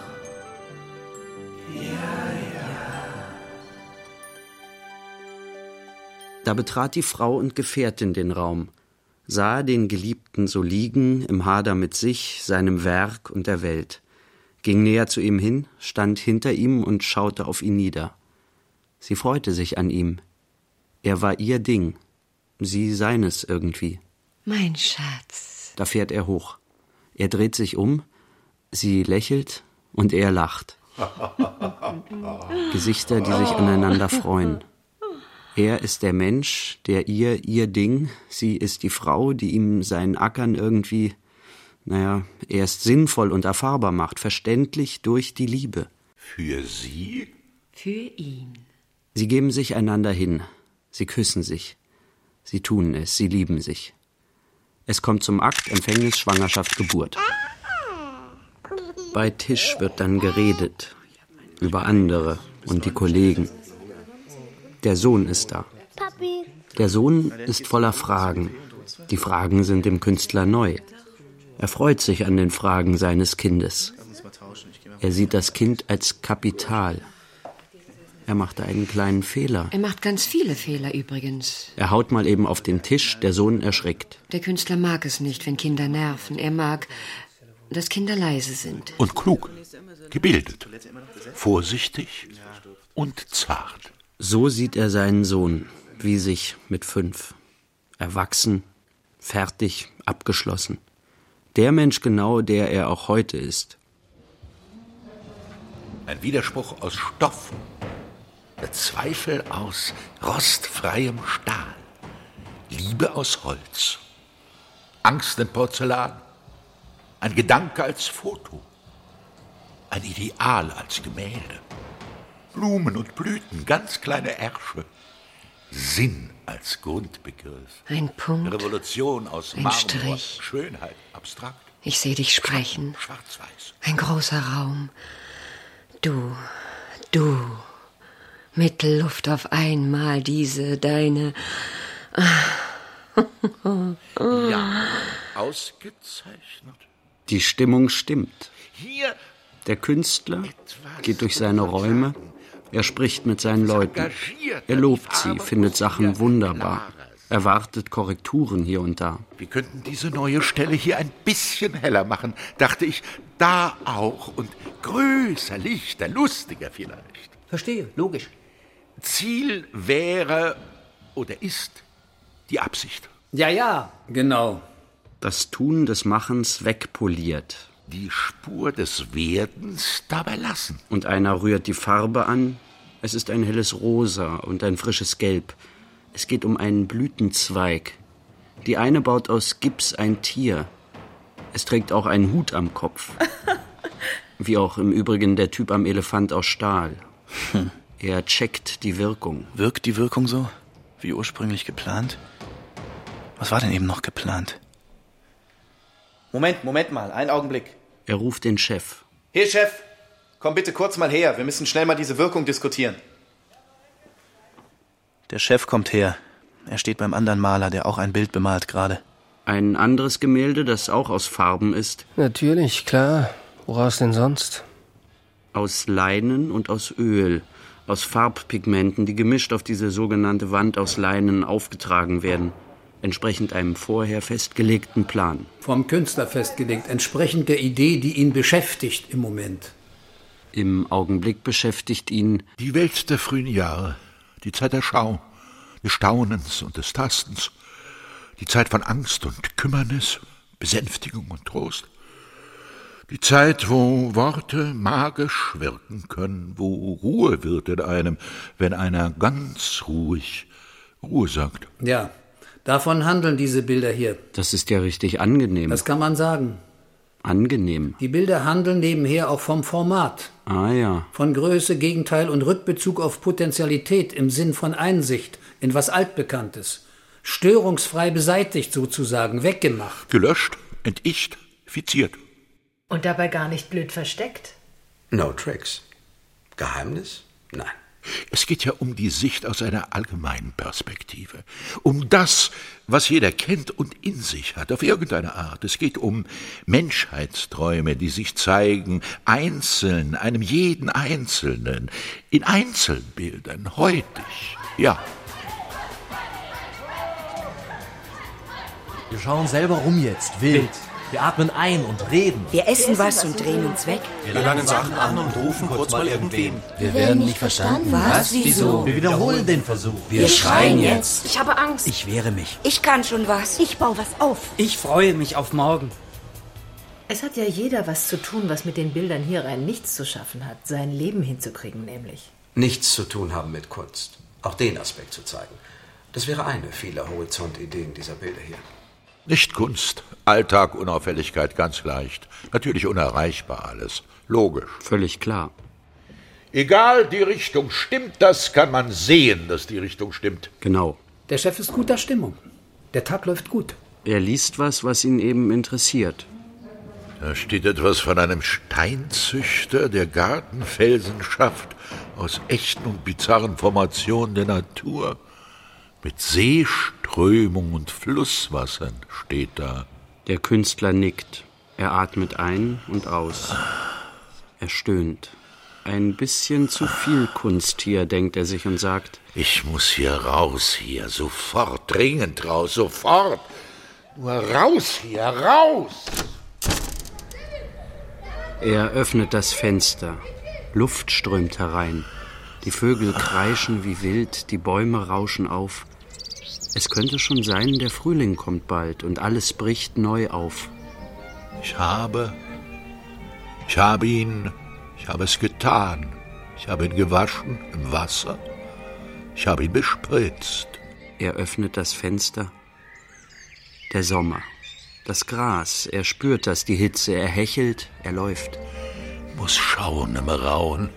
Speaker 1: Da betrat die Frau und Gefährtin den Raum, sah den Geliebten so liegen, im Hader mit sich, seinem Werk und der Welt, ging näher zu ihm hin, stand hinter ihm und schaute auf ihn nieder. Sie freute sich an ihm. Er war ihr Ding, sie seines irgendwie.
Speaker 5: Mein Schatz.
Speaker 1: Da fährt er hoch. Er dreht sich um, sie lächelt und er lacht. Gesichter, die sich aneinander freuen. Er ist der Mensch, der ihr ihr Ding, sie ist die Frau, die ihm seinen Ackern irgendwie, naja, erst sinnvoll und erfahrbar macht, verständlich durch die Liebe.
Speaker 8: Für sie?
Speaker 5: Für ihn.
Speaker 1: Sie geben sich einander hin, sie küssen sich, sie tun es, sie lieben sich. Es kommt zum Akt Empfängnis, Schwangerschaft, Geburt. Bei Tisch wird dann geredet über andere und die Kollegen. Der Sohn ist da.
Speaker 44: Papi,
Speaker 1: Der Sohn ist voller Fragen. Die Fragen sind dem Künstler neu. Er freut sich an den Fragen seines Kindes. Er sieht das Kind als Kapital. Er machte einen kleinen Fehler.
Speaker 11: Er macht ganz viele Fehler übrigens.
Speaker 1: Er haut mal eben auf den Tisch, der Sohn erschrickt.
Speaker 11: Der Künstler mag es nicht, wenn Kinder nerven. Er mag, dass Kinder leise sind.
Speaker 8: Und klug, gebildet, vorsichtig und zart.
Speaker 1: So sieht er seinen Sohn, wie sich mit fünf. Erwachsen, fertig, abgeschlossen. Der Mensch genau, der er auch heute ist.
Speaker 8: Ein Widerspruch aus Stoff. Der Zweifel aus rostfreiem Stahl. Liebe aus Holz. Angst in Porzellan. Ein Gedanke als Foto. Ein Ideal als Gemälde. Blumen und Blüten, ganz kleine Ärsche. Sinn als Grundbegriff.
Speaker 11: Ein Punkt.
Speaker 8: Revolution aus
Speaker 11: Ein
Speaker 8: Marmor.
Speaker 11: Strich.
Speaker 8: Schönheit, abstrakt,
Speaker 11: Ich sehe dich sprechen.
Speaker 8: schwarz-weiß.
Speaker 11: Ein großer Raum. Du, du. Mit Luft auf einmal diese, deine.
Speaker 8: Ja, ausgezeichnet.
Speaker 1: Die Stimmung stimmt.
Speaker 8: Hier
Speaker 1: Der Künstler geht durch seine Räume, er spricht mit seinen Leuten, er lobt sie, findet Sachen wunderbar, erwartet Korrekturen hier und da.
Speaker 8: Wir könnten diese neue Stelle hier ein bisschen heller machen, dachte ich. Da auch und größer, lichter, lustiger vielleicht.
Speaker 19: Verstehe, logisch.
Speaker 8: Ziel wäre oder ist die Absicht.
Speaker 19: Ja, ja. Genau.
Speaker 1: Das Tun des Machens wegpoliert.
Speaker 8: Die Spur des Werdens dabei lassen.
Speaker 1: Und einer rührt die Farbe an. Es ist ein helles Rosa und ein frisches Gelb. Es geht um einen Blütenzweig. Die eine baut aus Gips ein Tier. Es trägt auch einen Hut am Kopf. Wie auch im Übrigen der Typ am Elefant aus Stahl. Er checkt die Wirkung.
Speaker 44: Hm. Wirkt die Wirkung so, wie ursprünglich geplant? Was war denn eben noch geplant?
Speaker 32: Moment, Moment mal, einen Augenblick.
Speaker 1: Er ruft den Chef.
Speaker 32: Hier, Chef, komm bitte kurz mal her. Wir müssen schnell mal diese Wirkung diskutieren.
Speaker 44: Der Chef kommt her. Er steht beim anderen Maler, der auch ein Bild bemalt gerade.
Speaker 1: Ein anderes Gemälde, das auch aus Farben ist.
Speaker 45: Natürlich, klar. Woraus denn sonst?
Speaker 1: Aus Leinen und aus Öl. Aus Farbpigmenten, die gemischt auf diese sogenannte Wand aus Leinen aufgetragen werden. Entsprechend einem vorher festgelegten Plan.
Speaker 19: Vom Künstler festgelegt, entsprechend der Idee, die ihn beschäftigt im Moment.
Speaker 1: Im Augenblick beschäftigt ihn
Speaker 8: die Welt der frühen Jahre, die Zeit der Schau, des Staunens und des Tastens, die Zeit von Angst und Kümmernis, Besänftigung und Trost, die Zeit, wo Worte magisch wirken können, wo Ruhe wird in einem, wenn einer ganz ruhig Ruhe sagt.
Speaker 19: Ja, davon handeln diese Bilder hier.
Speaker 1: Das ist ja richtig angenehm.
Speaker 19: Das kann man sagen.
Speaker 1: Angenehm.
Speaker 19: Die Bilder handeln nebenher auch vom Format.
Speaker 1: Ah ja.
Speaker 19: Von Größe, Gegenteil und Rückbezug auf Potentialität im Sinn von Einsicht in was Altbekanntes. Störungsfrei beseitigt sozusagen, weggemacht.
Speaker 8: Gelöscht, enticht, fiziert.
Speaker 29: Und dabei gar nicht blöd versteckt?
Speaker 24: No tricks. Geheimnis? Nein.
Speaker 8: Es geht ja um die Sicht aus einer allgemeinen Perspektive. Um das, was jeder kennt und in sich hat, auf irgendeine Art. Es geht um Menschheitsträume, die sich zeigen, einzeln, einem jeden Einzelnen, in Einzelbildern, heutig. Ja.
Speaker 32: Wir schauen selber rum jetzt, wild. Wir atmen ein und reden.
Speaker 6: Wir essen was und drehen uns weg.
Speaker 32: Wir langen Sachen an und rufen kurz mal irgendwem.
Speaker 6: Wir werden nicht verstanden. Was? Wieso?
Speaker 32: Wir wiederholen den Versuch.
Speaker 6: Wir schreien jetzt.
Speaker 29: Ich habe Angst.
Speaker 32: Ich wehre mich.
Speaker 6: Ich kann schon was.
Speaker 29: Ich baue was auf.
Speaker 32: Ich freue mich auf morgen.
Speaker 29: Es hat ja jeder was zu tun, was mit den Bildern hier rein nichts zu schaffen hat. Sein Leben hinzukriegen nämlich.
Speaker 24: Nichts zu tun haben mit Kunst. Auch den Aspekt zu zeigen. Das wäre eine vieler Horizontideen dieser Bilder hier.
Speaker 8: Nicht Kunst. Alltag, Unauffälligkeit, ganz leicht. Natürlich unerreichbar alles. Logisch.
Speaker 1: Völlig klar.
Speaker 8: Egal, die Richtung stimmt, das kann man sehen, dass die Richtung stimmt.
Speaker 1: Genau.
Speaker 19: Der Chef ist guter Stimmung. Der Tag läuft gut.
Speaker 1: Er liest was, was ihn eben interessiert.
Speaker 8: Da steht etwas von einem Steinzüchter, der Gartenfelsen schafft, aus echten und bizarren Formationen der Natur mit Seeströmung und Flusswassern steht da.
Speaker 1: Der Künstler nickt. Er atmet ein und aus. Er stöhnt. Ein bisschen zu viel Kunst hier, denkt er sich und sagt:
Speaker 8: Ich muss hier raus, hier, sofort, dringend raus, sofort. Nur raus hier, raus!
Speaker 1: Er öffnet das Fenster. Luft strömt herein. Die Vögel kreischen wie wild, die Bäume rauschen auf. Es könnte schon sein, der Frühling kommt bald und alles bricht neu auf.
Speaker 8: Ich habe, ich habe ihn, ich habe es getan. Ich habe ihn gewaschen im Wasser. Ich habe ihn bespritzt.
Speaker 1: Er öffnet das Fenster. Der Sommer. Das Gras. Er spürt das, die Hitze. Er hechelt, er läuft.
Speaker 8: Muss schauen im Rauen.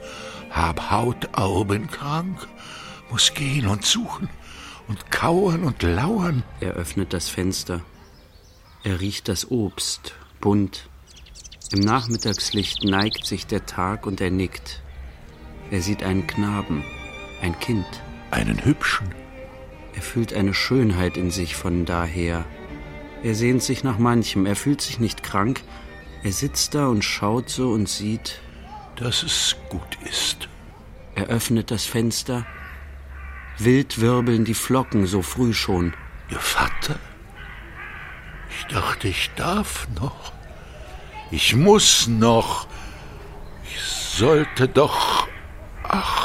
Speaker 8: Hab Hautauben krank. Muss gehen und suchen und kauern und lauern.
Speaker 1: Er öffnet das Fenster. Er riecht das Obst, bunt. Im Nachmittagslicht neigt sich der Tag und er nickt. Er sieht einen Knaben, ein Kind.
Speaker 8: Einen hübschen.
Speaker 1: Er fühlt eine Schönheit in sich von daher. Er sehnt sich nach manchem, er fühlt sich nicht krank. Er sitzt da und schaut so und sieht.
Speaker 8: Dass es gut ist.
Speaker 1: Er öffnet das Fenster. Wild wirbeln die Flocken so früh schon.
Speaker 8: Ihr Vater? Ich dachte, ich darf noch. Ich muss noch. Ich sollte doch. Ach.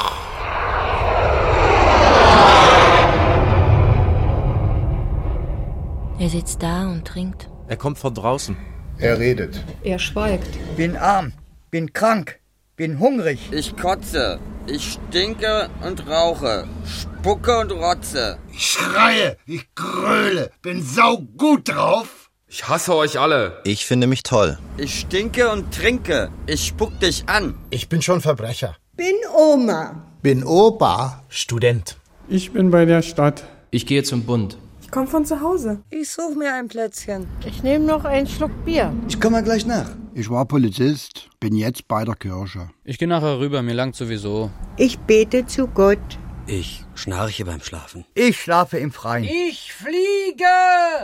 Speaker 6: Er sitzt da und trinkt.
Speaker 32: Er kommt von draußen.
Speaker 22: Er redet.
Speaker 29: Er schweigt.
Speaker 46: Bin arm. Bin krank. Bin hungrig.
Speaker 47: Ich kotze. Ich stinke und rauche, spucke und rotze.
Speaker 22: Ich schreie, ich gröle, bin saugut drauf.
Speaker 32: Ich hasse euch alle.
Speaker 44: Ich finde mich toll.
Speaker 47: Ich stinke und trinke. Ich spuck dich an.
Speaker 22: Ich bin schon Verbrecher.
Speaker 48: Bin Oma.
Speaker 49: Bin Opa.
Speaker 50: Student.
Speaker 51: Ich bin bei der Stadt.
Speaker 50: Ich gehe zum Bund.
Speaker 52: Ich komme von zu Hause.
Speaker 53: Ich suche mir ein Plätzchen.
Speaker 11: Ich nehme noch einen Schluck Bier.
Speaker 7: Ich komme mal gleich nach.
Speaker 54: Ich war Polizist, bin jetzt bei der Kirche.
Speaker 50: Ich gehe nachher rüber, mir langt sowieso.
Speaker 5: Ich bete zu Gott.
Speaker 55: Ich schnarche beim Schlafen.
Speaker 56: Ich schlafe im Freien.
Speaker 57: Ich fliege.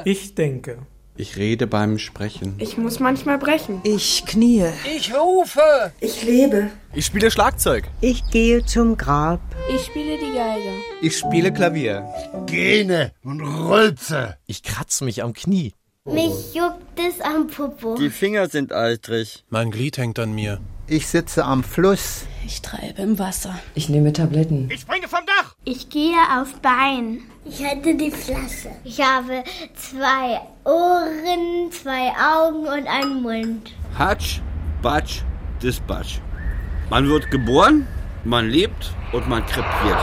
Speaker 10: Ich denke.
Speaker 58: Ich rede beim Sprechen.
Speaker 52: Ich muss manchmal brechen.
Speaker 59: Ich knie.
Speaker 60: Ich rufe.
Speaker 61: Ich lebe.
Speaker 6: Ich spiele Schlagzeug.
Speaker 62: Ich gehe zum Grab.
Speaker 63: Ich spiele die Geige.
Speaker 64: Ich spiele Klavier.
Speaker 65: Gähne und rülpse.
Speaker 6: Ich kratze mich am Knie.
Speaker 3: Oh. Mich juckt es am Popo.
Speaker 66: Die Finger sind eitrig.
Speaker 6: Mein Glied hängt an mir.
Speaker 49: Ich sitze am Fluss.
Speaker 67: Ich treibe im Wasser.
Speaker 68: Ich nehme Tabletten.
Speaker 69: Ich springe vom Dach.
Speaker 3: Ich gehe auf Bein. Ich halte die Flasche. Ich habe zwei Ohren, zwei Augen und einen Mund.
Speaker 66: Hatsch, Batsch, Dispatsch. Man wird geboren, man lebt und man krepiert.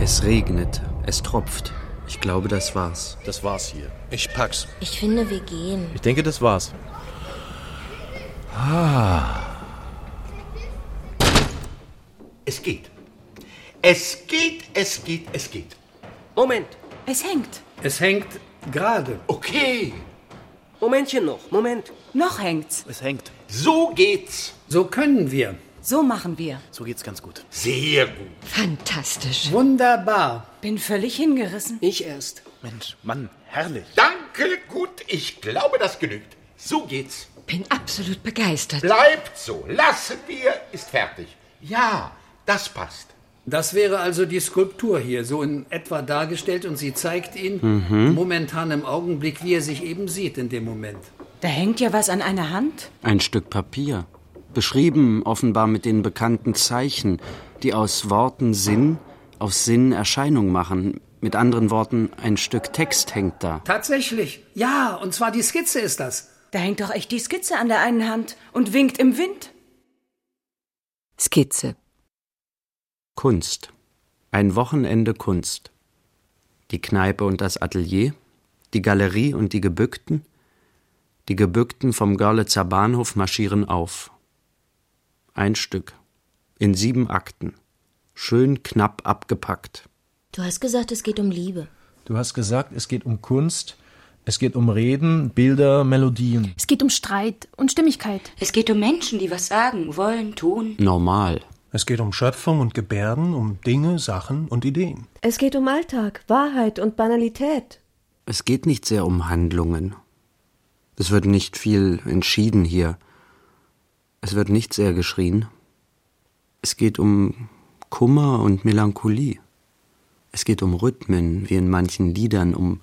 Speaker 1: Es regnet, es tropft. Ich glaube, das war's.
Speaker 6: Das war's hier. Ich pack's.
Speaker 9: Ich finde, wir gehen.
Speaker 6: Ich denke, das war's.
Speaker 8: Ah.
Speaker 70: Es geht. Es geht, es geht, es geht.
Speaker 68: Moment.
Speaker 69: Es hängt.
Speaker 68: Es hängt gerade.
Speaker 70: Okay.
Speaker 68: Momentchen noch. Moment.
Speaker 69: Noch hängt's.
Speaker 6: Es hängt.
Speaker 70: So geht's.
Speaker 19: So können wir.
Speaker 69: So machen wir.
Speaker 6: So geht's ganz gut.
Speaker 70: Sehr gut.
Speaker 69: Fantastisch.
Speaker 19: Wunderbar.
Speaker 69: Bin völlig hingerissen.
Speaker 68: Ich erst.
Speaker 6: Mensch, Mann, herrlich.
Speaker 70: Danke, gut. Ich glaube, das genügt. So geht's.
Speaker 69: Bin absolut begeistert.
Speaker 70: Bleibt so. Lassen wir, ist fertig. Ja, das passt.
Speaker 19: Das wäre also die Skulptur hier, so in etwa dargestellt, und sie zeigt ihn
Speaker 1: mhm.
Speaker 19: momentan im Augenblick, wie er sich eben sieht in dem Moment.
Speaker 69: Da hängt ja was an einer Hand.
Speaker 1: Ein Stück Papier. Beschrieben offenbar mit den bekannten Zeichen, die aus Worten Sinn, aus Sinn Erscheinung machen. Mit anderen Worten, ein Stück Text hängt da.
Speaker 19: Tatsächlich. Ja, und zwar die Skizze ist das.
Speaker 69: Da hängt doch echt die Skizze an der einen Hand und winkt im Wind.
Speaker 1: Skizze. Kunst. Ein Wochenende Kunst. Die Kneipe und das Atelier, die Galerie und die Gebückten. Die Gebückten vom Görlitzer Bahnhof marschieren auf. Ein Stück. In sieben Akten. Schön knapp abgepackt.
Speaker 9: Du hast gesagt, es geht um Liebe.
Speaker 6: Du hast gesagt, es geht um Kunst. Es geht um Reden, Bilder, Melodien.
Speaker 24: Es geht um Streit und Stimmigkeit.
Speaker 9: Es geht um Menschen, die was sagen, wollen, tun.
Speaker 1: Normal.
Speaker 6: Es geht um Schöpfung und Gebärden, um Dinge, Sachen und Ideen.
Speaker 71: Es geht um Alltag, Wahrheit und Banalität.
Speaker 1: Es geht nicht sehr um Handlungen. Es wird nicht viel entschieden hier. Es wird nicht sehr geschrien. Es geht um Kummer und Melancholie. Es geht um Rhythmen, wie in manchen Liedern, um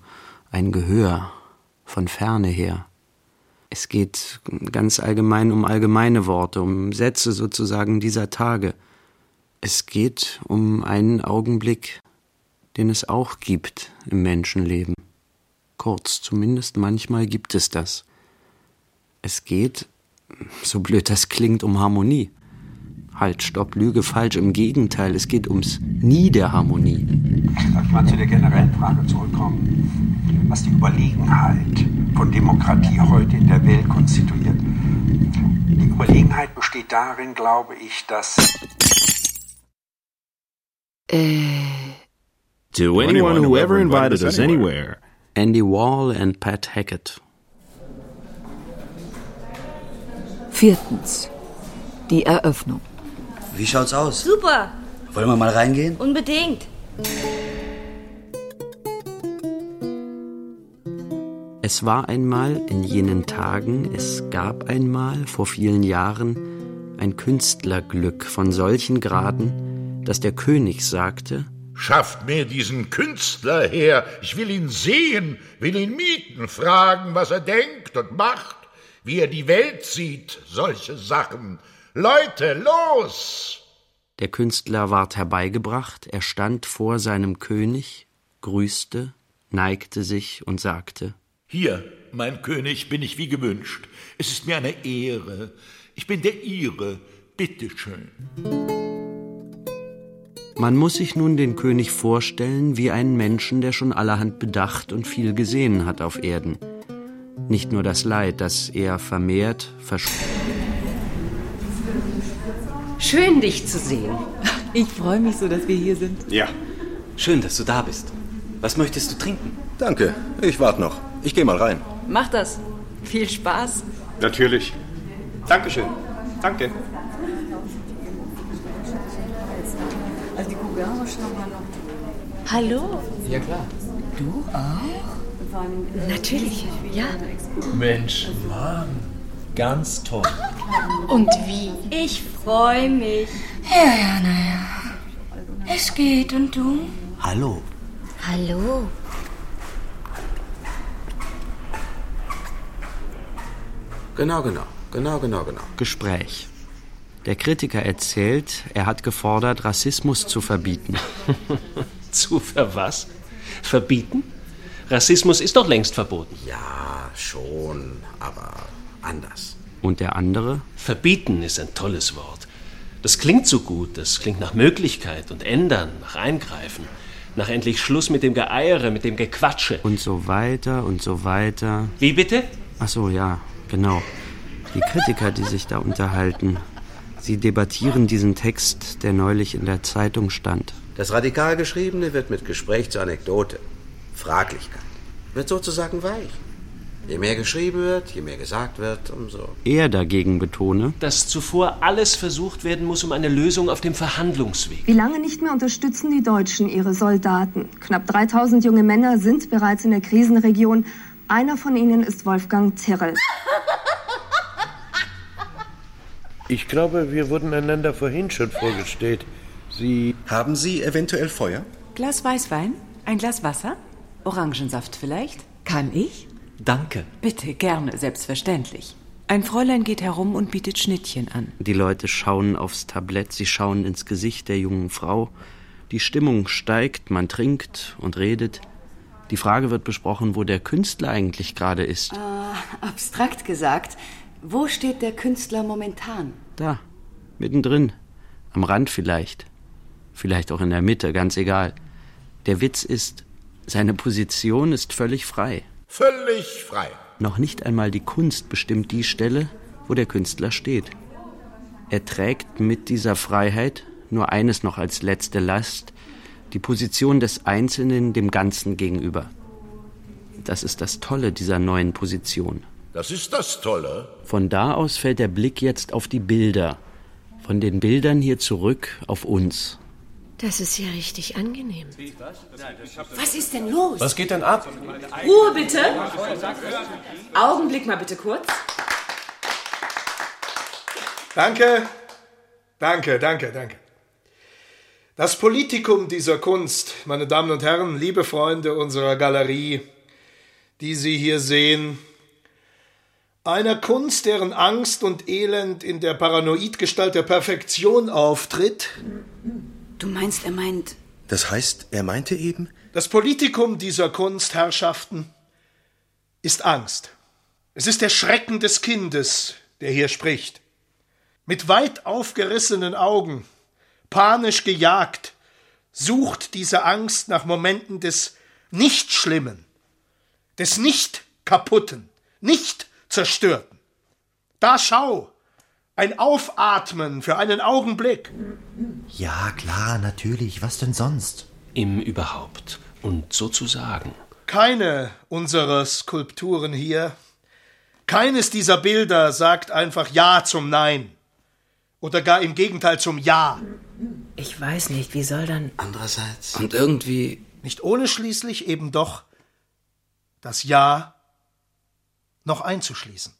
Speaker 1: ein Gehör von ferne her. Es geht ganz allgemein um allgemeine Worte, um Sätze sozusagen dieser Tage. Es geht um einen Augenblick, den es auch gibt im Menschenleben. Kurz, zumindest manchmal gibt es das. Es geht, so blöd das klingt, um Harmonie. Halt, stopp, Lüge, falsch. Im Gegenteil, es geht ums Nie der Harmonie.
Speaker 70: Darf ich mal zu der generellen Frage zurückkommen? was die Überlegenheit von Demokratie heute in der Welt konstituiert. Die Überlegenheit besteht darin, glaube ich, dass.
Speaker 20: Äh. To anyone who ever invited us anywhere.
Speaker 1: Andy Wall and Pat Hackett.
Speaker 71: Viertens. Die Eröffnung.
Speaker 20: Wie schaut's aus?
Speaker 24: Super!
Speaker 20: Wollen wir mal reingehen?
Speaker 24: Unbedingt!
Speaker 1: Es war einmal in jenen Tagen, es gab einmal vor vielen Jahren ein Künstlerglück von solchen Graden, dass der König sagte:
Speaker 8: Schafft mir diesen Künstler her, ich will ihn sehen, will ihn mieten, fragen, was er denkt und macht, wie er die Welt sieht, solche Sachen. Leute, los!
Speaker 1: Der Künstler ward herbeigebracht, er stand vor seinem König, grüßte, neigte sich und sagte:
Speaker 8: hier, mein König, bin ich wie gewünscht. Es ist mir eine Ehre. Ich bin der Ihre. Bitte schön.
Speaker 1: Man muss sich nun den König vorstellen wie einen Menschen, der schon allerhand bedacht und viel gesehen hat auf Erden. Nicht nur das Leid, das er vermehrt, verspürt.
Speaker 11: Schön, dich zu sehen.
Speaker 3: Ich freue mich so, dass wir hier sind.
Speaker 6: Ja. Schön, dass du da bist. Was möchtest du trinken?
Speaker 19: Danke, ich warte noch. Ich gehe mal rein.
Speaker 3: Mach das. Viel Spaß.
Speaker 6: Natürlich. Dankeschön. Danke.
Speaker 3: Also Hallo.
Speaker 6: Ja, klar.
Speaker 3: Du auch? äh, Natürlich, ja.
Speaker 6: Mensch, Mann. Ganz toll.
Speaker 3: Und wie?
Speaker 11: Ich freue mich.
Speaker 3: Ja, ja, naja. Es geht und du?
Speaker 6: Hallo.
Speaker 3: Hallo.
Speaker 6: Genau, genau. Genau, genau, genau.
Speaker 1: Gespräch. Der Kritiker erzählt, er hat gefordert, Rassismus zu verbieten.
Speaker 32: zu ver was? Verbieten? Rassismus ist doch längst verboten.
Speaker 6: Ja, schon, aber anders.
Speaker 1: Und der andere?
Speaker 32: Verbieten ist ein tolles Wort. Das klingt so gut, das klingt nach Möglichkeit und ändern, nach Eingreifen, nach endlich Schluss mit dem Geeiere, mit dem Gequatsche.
Speaker 1: Und so weiter und so weiter.
Speaker 32: Wie bitte?
Speaker 1: Ach so, ja, genau. Die Kritiker, die sich da unterhalten. Sie debattieren diesen Text, der neulich in der Zeitung stand.
Speaker 6: Das radikal Geschriebene wird mit Gespräch zur Anekdote. Fraglichkeit wird sozusagen weich. Je mehr geschrieben wird, je mehr gesagt wird, umso.
Speaker 1: Er dagegen betone,
Speaker 32: dass zuvor alles versucht werden muss, um eine Lösung auf dem Verhandlungsweg.
Speaker 72: Wie lange nicht mehr unterstützen die Deutschen ihre Soldaten? Knapp 3000 junge Männer sind bereits in der Krisenregion. Einer von ihnen ist Wolfgang Terrell.
Speaker 73: Ich glaube, wir wurden einander vorhin schon vorgestellt. Sie.
Speaker 19: Haben Sie eventuell Feuer?
Speaker 3: Glas Weißwein? Ein Glas Wasser? Orangensaft vielleicht? Kann ich?
Speaker 32: Danke.
Speaker 3: Bitte, gerne, selbstverständlich. Ein Fräulein geht herum und bietet Schnittchen an.
Speaker 1: Die Leute schauen aufs Tablett, sie schauen ins Gesicht der jungen Frau. Die Stimmung steigt, man trinkt und redet. Die Frage wird besprochen, wo der Künstler eigentlich gerade ist.
Speaker 11: Äh, abstrakt gesagt, wo steht der Künstler momentan?
Speaker 1: Da, mittendrin, am Rand vielleicht, vielleicht auch in der Mitte, ganz egal. Der Witz ist, seine Position ist völlig frei.
Speaker 6: Völlig frei.
Speaker 1: Noch nicht einmal die Kunst bestimmt die Stelle, wo der Künstler steht. Er trägt mit dieser Freiheit nur eines noch als letzte Last, die Position des Einzelnen dem Ganzen gegenüber. Das ist das Tolle dieser neuen Position.
Speaker 6: Das ist das Tolle.
Speaker 1: Von da aus fällt der Blick jetzt auf die Bilder. Von den Bildern hier zurück auf uns.
Speaker 3: Das ist ja richtig angenehm. Was ist denn los?
Speaker 6: Was geht denn ab?
Speaker 11: Ruhe bitte! Augenblick mal bitte kurz.
Speaker 10: Danke, danke, danke, danke. Das Politikum dieser Kunst, meine Damen und Herren, liebe Freunde unserer Galerie, die Sie hier sehen, einer Kunst, deren Angst und Elend in der Paranoidgestalt der Perfektion auftritt.
Speaker 11: Du meinst, er meint.
Speaker 19: Das heißt, er meinte eben?
Speaker 10: Das Politikum dieser Kunstherrschaften ist Angst. Es ist der Schrecken des Kindes, der hier spricht. Mit weit aufgerissenen Augen, panisch gejagt, sucht diese Angst nach Momenten des Nichtschlimmen, des Nicht-Kaputten, nicht zerstörten. Da schau, ein Aufatmen für einen Augenblick.
Speaker 19: Ja, klar, natürlich, was denn sonst?
Speaker 32: Im überhaupt und sozusagen.
Speaker 10: Keine unserer Skulpturen hier, keines dieser Bilder sagt einfach Ja zum Nein. Oder gar im Gegenteil zum Ja.
Speaker 11: Ich weiß nicht, wie soll dann.
Speaker 19: Andererseits. Und irgendwie.
Speaker 10: Nicht ohne schließlich eben doch das Ja noch einzuschließen.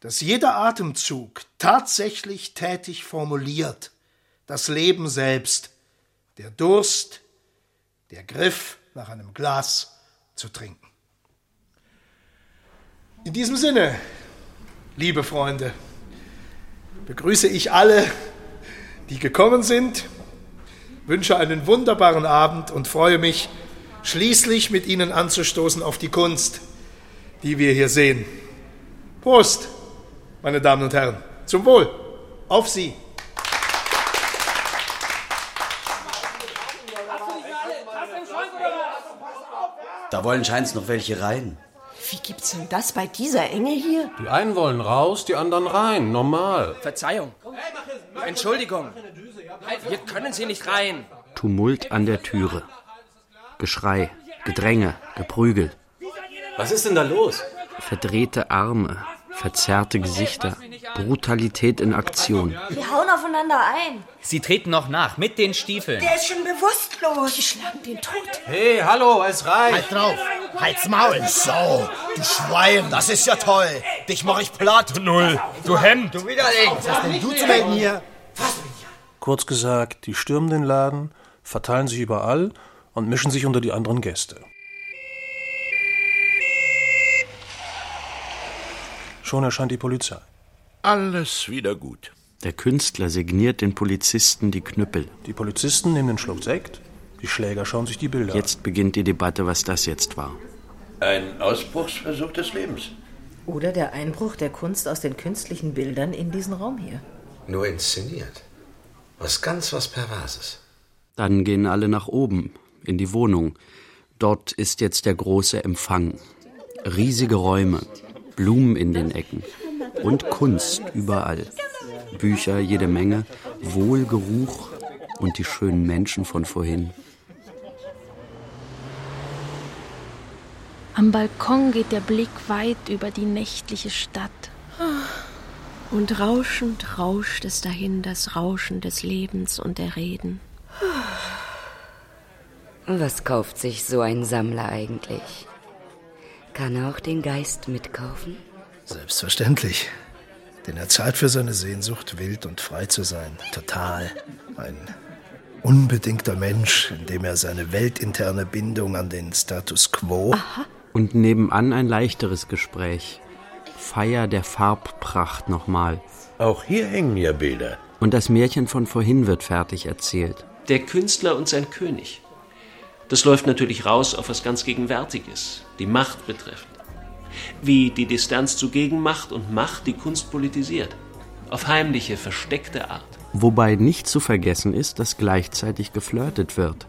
Speaker 10: Dass jeder Atemzug tatsächlich tätig formuliert, das Leben selbst, der Durst, der Griff nach einem Glas zu trinken. In diesem Sinne, liebe Freunde, begrüße ich alle, die gekommen sind, wünsche einen wunderbaren Abend und freue mich, schließlich mit Ihnen anzustoßen auf die Kunst die wir hier sehen. Prost, meine Damen und Herren. Zum Wohl. Auf Sie.
Speaker 19: Da wollen scheint's noch welche rein.
Speaker 11: Wie gibt's denn das bei dieser Enge hier?
Speaker 29: Die einen wollen raus, die anderen rein. Normal.
Speaker 74: Verzeihung.
Speaker 6: Entschuldigung. Hier können Sie nicht rein.
Speaker 1: Tumult an der Türe. Geschrei, Gedränge, Geprügel.
Speaker 32: Was ist denn da los?
Speaker 1: Verdrehte Arme, verzerrte Gesichter, Brutalität in Aktion.
Speaker 24: Wir hauen aufeinander ein.
Speaker 6: Sie treten noch nach mit den Stiefeln.
Speaker 24: Der ist schon bewusstlos. Die schlagen den tot.
Speaker 6: Hey, hallo, es reicht.
Speaker 10: Halt drauf. Halt's Maul. So, du Schwein, das ist ja toll. Dich mach ich platt, null. Du Hemd. Du
Speaker 6: Widerling.
Speaker 10: Was hast denn du zu melden hier?
Speaker 29: Kurz gesagt, die stürmen den Laden, verteilen sich überall und mischen sich unter die anderen Gäste. Schon erscheint die Polizei.
Speaker 75: Alles wieder gut.
Speaker 1: Der Künstler signiert den Polizisten die Knüppel.
Speaker 29: Die Polizisten nehmen den Schluck Sekt, die Schläger schauen sich die Bilder an.
Speaker 1: Jetzt beginnt die Debatte, was das jetzt war.
Speaker 75: Ein Ausbruchsversuch des Lebens.
Speaker 11: Oder der Einbruch der Kunst aus den künstlichen Bildern in diesen Raum hier.
Speaker 76: Nur inszeniert. Was ganz was Perverses.
Speaker 1: Dann gehen alle nach oben, in die Wohnung. Dort ist jetzt der große Empfang. Riesige Räume, Blumen in den Ecken und Kunst überall. Bücher jede Menge, Wohlgeruch und die schönen Menschen von vorhin.
Speaker 77: Am Balkon geht der Blick weit über die nächtliche Stadt.
Speaker 3: Ah. Und rauschend rauscht es dahin das Rauschen des Lebens und der Reden.
Speaker 11: Was kauft sich so ein Sammler eigentlich? Kann er auch den Geist mitkaufen?
Speaker 10: Selbstverständlich. Denn er zahlt für seine Sehnsucht, wild und frei zu sein. Total. Ein unbedingter Mensch, indem er seine weltinterne Bindung an den Status quo.
Speaker 1: Und nebenan ein leichteres Gespräch. Feier der Farbpracht nochmal.
Speaker 78: Auch hier hängen ja Bilder.
Speaker 1: Und das Märchen von vorhin wird fertig erzählt.
Speaker 32: Der Künstler und sein König. Das läuft natürlich raus auf was ganz Gegenwärtiges, die Macht betreffend. Wie die Distanz zu Gegenmacht und Macht die Kunst politisiert. Auf heimliche, versteckte Art.
Speaker 1: Wobei nicht zu vergessen ist, dass gleichzeitig geflirtet wird.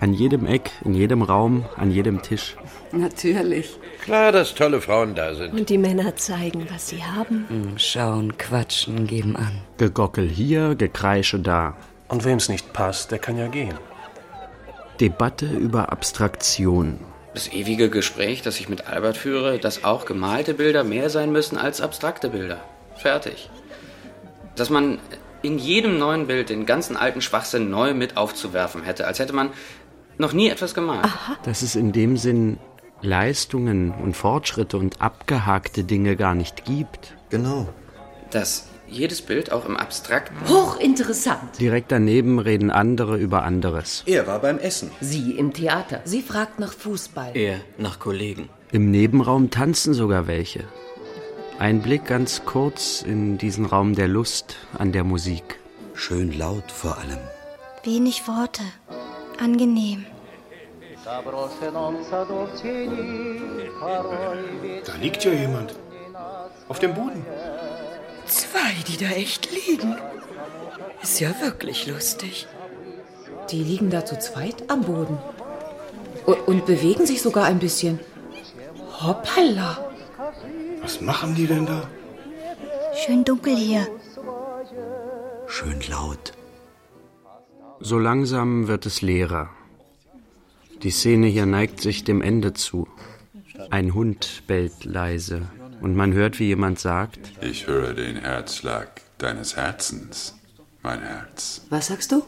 Speaker 1: An jedem Eck, in jedem Raum, an jedem Tisch.
Speaker 5: Natürlich.
Speaker 78: Klar, dass tolle Frauen da sind.
Speaker 3: Und die Männer zeigen, was sie haben.
Speaker 11: Hm, Schauen, quatschen, geben an.
Speaker 1: Gegockel hier, Gekreische da.
Speaker 29: Und wem's nicht passt, der kann ja gehen.
Speaker 1: Debatte über Abstraktion.
Speaker 6: Das ewige Gespräch, das ich mit Albert führe, dass auch gemalte Bilder mehr sein müssen als abstrakte Bilder. Fertig. Dass man in jedem neuen Bild den ganzen alten Schwachsinn neu mit aufzuwerfen hätte, als hätte man noch nie etwas gemalt.
Speaker 1: Dass es in dem Sinn Leistungen und Fortschritte und abgehakte Dinge gar nicht gibt.
Speaker 79: Genau.
Speaker 6: Dass jedes Bild auch im Abstrakten
Speaker 24: Hochinteressant.
Speaker 1: Direkt daneben reden andere über anderes.
Speaker 6: Er war beim Essen.
Speaker 24: Sie im Theater. Sie fragt nach Fußball.
Speaker 6: Er nach Kollegen.
Speaker 1: Im Nebenraum tanzen sogar welche. Ein Blick ganz kurz in diesen Raum der Lust an der Musik.
Speaker 10: Schön laut vor allem.
Speaker 11: Wenig Worte. Angenehm.
Speaker 19: Da liegt ja jemand. Auf dem Boden.
Speaker 11: Zwei, die da echt liegen. Ist ja wirklich lustig.
Speaker 3: Die liegen da zu zweit am Boden. U- Und bewegen sich sogar ein bisschen. Hoppala.
Speaker 19: Was machen die denn da?
Speaker 11: Schön dunkel hier.
Speaker 10: Schön laut.
Speaker 1: So langsam wird es leerer. Die Szene hier neigt sich dem Ende zu. Ein Hund bellt leise und man hört, wie jemand sagt,
Speaker 80: Ich höre den Herzschlag deines Herzens, mein Herz.
Speaker 5: Was sagst du?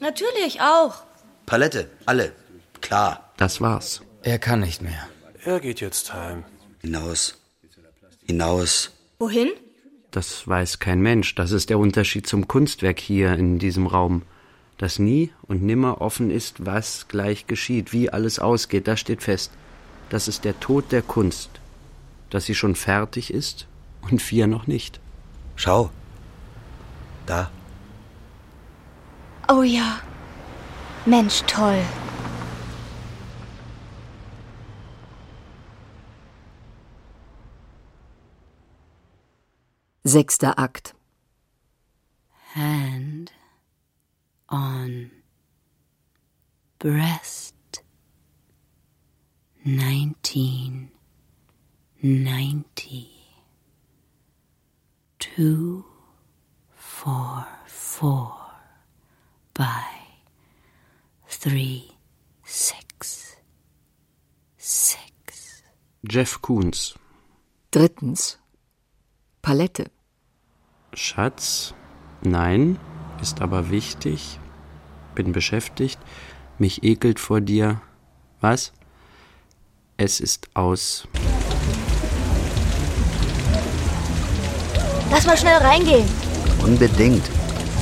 Speaker 24: Natürlich auch.
Speaker 10: Palette, alle. Klar.
Speaker 1: das war's.
Speaker 6: Er kann nicht mehr.
Speaker 29: Er geht jetzt heim.
Speaker 10: Hinaus. Hinaus.
Speaker 24: Wohin?
Speaker 1: Das weiß kein Mensch. Das ist der Unterschied zum Kunstwerk hier in diesem Raum. Das nie und nimmer offen ist, was gleich geschieht, wie alles ausgeht, das steht fest. Das ist der Tod der Kunst. Dass sie schon fertig ist und wir noch nicht.
Speaker 10: Schau. Da.
Speaker 11: Oh ja. Mensch, toll.
Speaker 3: Sechster Akt.
Speaker 23: hand on breast 1990 two four four four by three six six.
Speaker 1: Jeff Koons.
Speaker 3: Drittens. Palette.
Speaker 1: Schatz, nein, ist aber wichtig. Bin beschäftigt. Mich ekelt vor dir. Was? Es ist aus.
Speaker 24: Lass mal schnell reingehen.
Speaker 5: Unbedingt.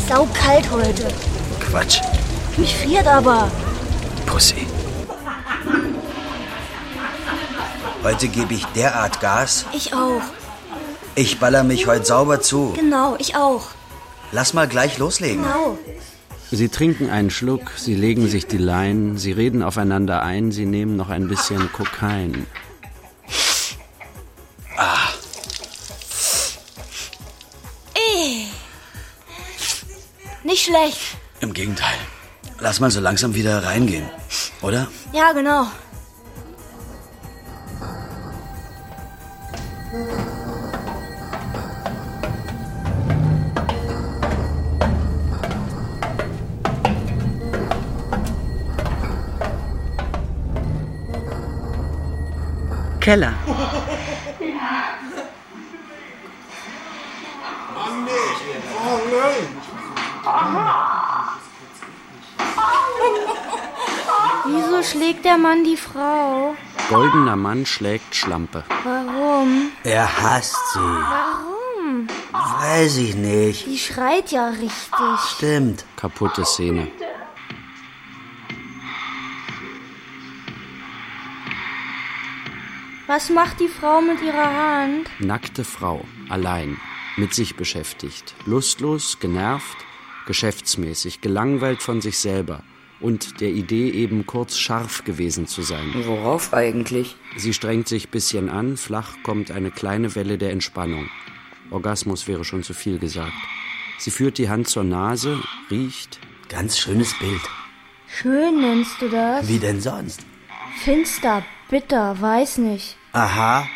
Speaker 24: Saukalt heute.
Speaker 5: Quatsch.
Speaker 24: Mich friert aber.
Speaker 5: Pussy. Heute gebe ich derart Gas.
Speaker 24: Ich auch.
Speaker 5: Ich baller mich heute sauber zu.
Speaker 24: Genau, ich auch.
Speaker 5: Lass mal gleich loslegen.
Speaker 24: Genau.
Speaker 1: Sie trinken einen Schluck, sie legen sich die Leinen, sie reden aufeinander ein, sie nehmen noch ein bisschen Kokain.
Speaker 5: Ah,
Speaker 24: Eh. Nicht schlecht.
Speaker 5: im Gegenteil. Lass mal so langsam wieder reingehen, oder?
Speaker 24: Ja, genau.
Speaker 81: Keller.
Speaker 23: 啊
Speaker 6: Oh nein!
Speaker 24: Wieso schlägt der Mann die Frau?
Speaker 1: Goldener Mann schlägt Schlampe.
Speaker 24: Warum?
Speaker 1: Er hasst sie.
Speaker 24: Warum?
Speaker 1: Weiß ich nicht.
Speaker 24: Die schreit ja richtig.
Speaker 1: Stimmt. Kaputte Szene.
Speaker 24: Was macht die Frau mit ihrer Hand?
Speaker 1: Nackte Frau, allein, mit sich beschäftigt, lustlos, genervt, geschäftsmäßig, gelangweilt von sich selber und der Idee eben kurz scharf gewesen zu sein.
Speaker 3: Worauf eigentlich?
Speaker 1: Sie strengt sich bisschen an, flach kommt eine kleine Welle der Entspannung. Orgasmus wäre schon zu viel gesagt. Sie führt die Hand zur Nase, riecht.
Speaker 5: Ganz schönes Bild.
Speaker 24: Schön nennst du das?
Speaker 5: Wie denn sonst?
Speaker 24: Finster, bitter, weiß nicht.
Speaker 5: Aha,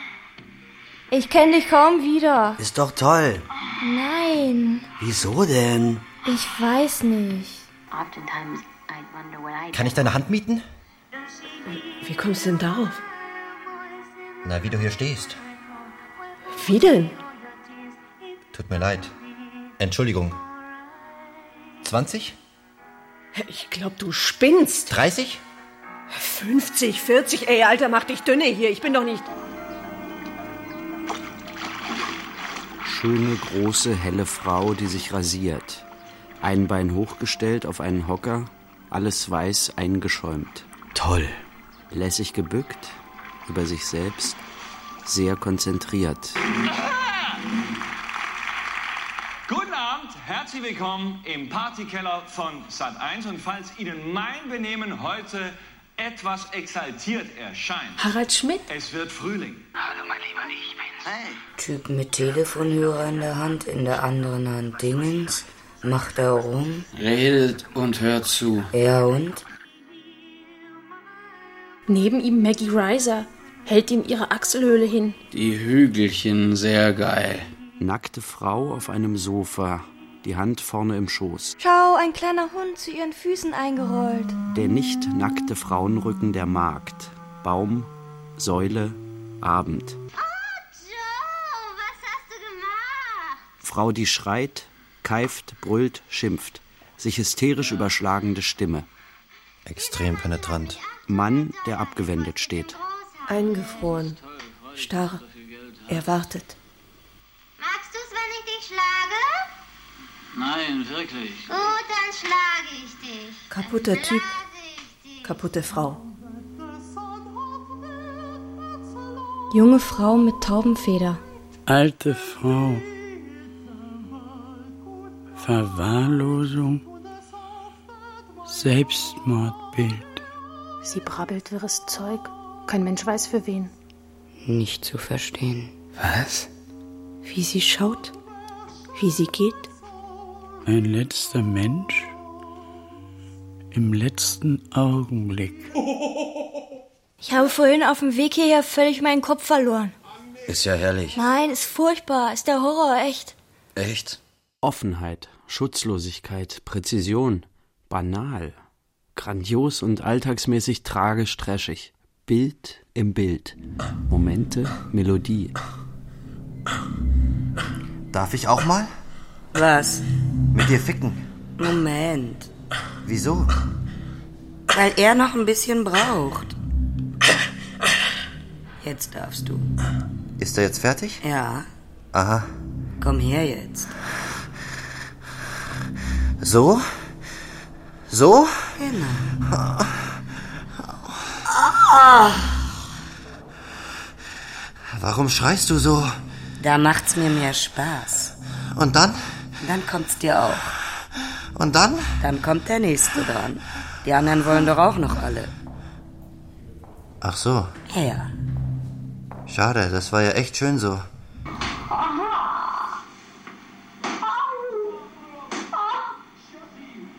Speaker 24: Ich kenne dich kaum wieder.
Speaker 5: ist doch toll.
Speaker 24: Nein,
Speaker 5: Wieso denn?
Speaker 24: ich weiß nicht.
Speaker 5: Kann ich deine Hand mieten?
Speaker 3: Wie kommst du denn darauf?
Speaker 5: Na, wie du hier stehst.
Speaker 3: Wie denn?
Speaker 5: Tut mir leid. Entschuldigung. 20?
Speaker 3: Ich glaub, du spinnst.
Speaker 5: 30?
Speaker 3: 50, 40, ey, Alter, mach dich dünne hier. Ich bin doch nicht.
Speaker 1: Schöne, große, helle Frau, die sich rasiert. Ein Bein hochgestellt auf einen Hocker, alles weiß eingeschäumt.
Speaker 5: Toll.
Speaker 1: Lässig gebückt, über sich selbst, sehr konzentriert.
Speaker 32: Guten Abend, herzlich willkommen im Partykeller von Sat1 und falls Ihnen mein Benehmen heute etwas exaltiert erscheint.
Speaker 3: Harald Schmidt?
Speaker 32: Es wird Frühling. Hallo Also, mein Lieber, ich bin's. Hey.
Speaker 43: Typ mit Telefonhörer in der Hand, in der anderen Hand Dingens, macht da rum.
Speaker 19: Redet und hört zu.
Speaker 43: Ja und?
Speaker 82: Neben ihm Maggie Reiser hält ihm ihre Achselhöhle hin.
Speaker 19: Die Hügelchen, sehr geil.
Speaker 1: Nackte Frau auf einem Sofa, die Hand vorne im Schoß.
Speaker 24: Schau, ein kleiner Hund zu ihren Füßen eingerollt.
Speaker 1: Der nicht nackte Frauenrücken der Markt. Baum, Säule, Abend. Frau, die schreit, keift, brüllt, schimpft. Sich hysterisch überschlagende Stimme.
Speaker 5: Extrem penetrant.
Speaker 1: Mann, der abgewendet steht.
Speaker 3: Eingefroren. Starr. Er wartet.
Speaker 16: Magst du's, wenn ich dich schlage?
Speaker 19: Nein, wirklich.
Speaker 16: Gut, dann schlage ich dich.
Speaker 3: Kaputter Typ. Kaputte Frau.
Speaker 82: Junge Frau mit Taubenfeder.
Speaker 6: Alte Frau. Verwahrlosung. Selbstmordbild.
Speaker 82: Sie brabbelt wirres Zeug. Kein Mensch weiß für wen.
Speaker 43: Nicht zu verstehen.
Speaker 6: Was?
Speaker 43: Wie sie schaut, wie sie geht.
Speaker 6: Ein letzter Mensch? Im letzten Augenblick.
Speaker 24: Ich habe vorhin auf dem Weg hierher völlig meinen Kopf verloren.
Speaker 5: Ist ja herrlich.
Speaker 24: Nein, ist furchtbar, ist der Horror, echt.
Speaker 5: Echt?
Speaker 1: Offenheit, Schutzlosigkeit, Präzision, banal, grandios und alltagsmäßig tragisch trashig. Bild im Bild. Momente, Melodie.
Speaker 7: Darf ich auch mal?
Speaker 43: Was?
Speaker 7: Mit dir ficken.
Speaker 43: Moment.
Speaker 7: Wieso?
Speaker 43: Weil er noch ein bisschen braucht. Jetzt darfst du.
Speaker 7: Ist er jetzt fertig?
Speaker 43: Ja,
Speaker 7: Aha.
Speaker 43: komm her jetzt.
Speaker 7: So? So?
Speaker 43: Genau.
Speaker 7: Warum schreist du so?
Speaker 43: Da macht's mir mehr Spaß.
Speaker 7: Und dann?
Speaker 43: Dann kommt's dir auch.
Speaker 7: Und dann?
Speaker 43: Dann kommt der nächste dran. Die anderen wollen doch auch noch alle.
Speaker 7: Ach so.
Speaker 43: Ja, ja.
Speaker 7: Schade, das war ja echt schön so.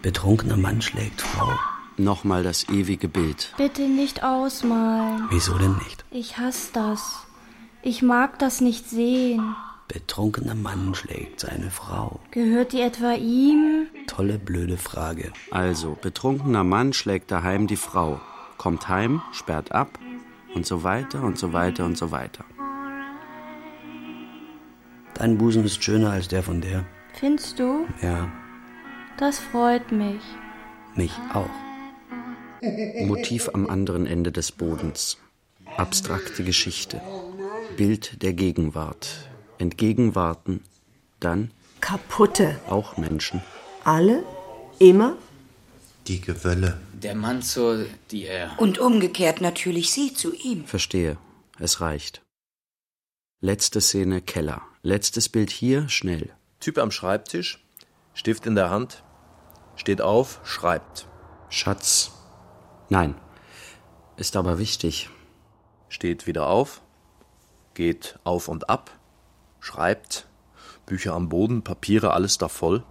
Speaker 1: Betrunkener Mann schlägt Frau. Nochmal das ewige Bild.
Speaker 83: Bitte nicht ausmalen.
Speaker 1: Wieso denn nicht?
Speaker 83: Ich hasse das. Ich mag das nicht sehen.
Speaker 84: Betrunkener Mann schlägt seine Frau.
Speaker 83: Gehört die etwa ihm?
Speaker 1: Tolle blöde Frage. Also, betrunkener Mann schlägt daheim die Frau, kommt heim, sperrt ab und so weiter und so weiter und so weiter.
Speaker 84: Dein Busen ist schöner als der von der.
Speaker 83: Findest du?
Speaker 84: Ja,
Speaker 83: Das freut mich.
Speaker 1: Mich auch. Motiv am anderen Ende des Bodens. Abstrakte Geschichte. Bild der Gegenwart. Entgegenwarten. Dann
Speaker 85: Kaputte.
Speaker 1: auch Menschen.
Speaker 85: Alle? Immer?
Speaker 7: Die Gewölle.
Speaker 86: Der Mann zur, die er.
Speaker 43: Und umgekehrt natürlich sie zu ihm.
Speaker 1: Verstehe. Es reicht. Letzte Szene Keller. Letztes Bild hier schnell.
Speaker 6: Typ am Schreibtisch, Stift in der Hand, steht auf, schreibt.
Speaker 1: Schatz. Nein. Ist aber wichtig.
Speaker 6: Steht wieder auf, geht auf und ab, schreibt. Bücher am Boden, Papiere, alles da voll.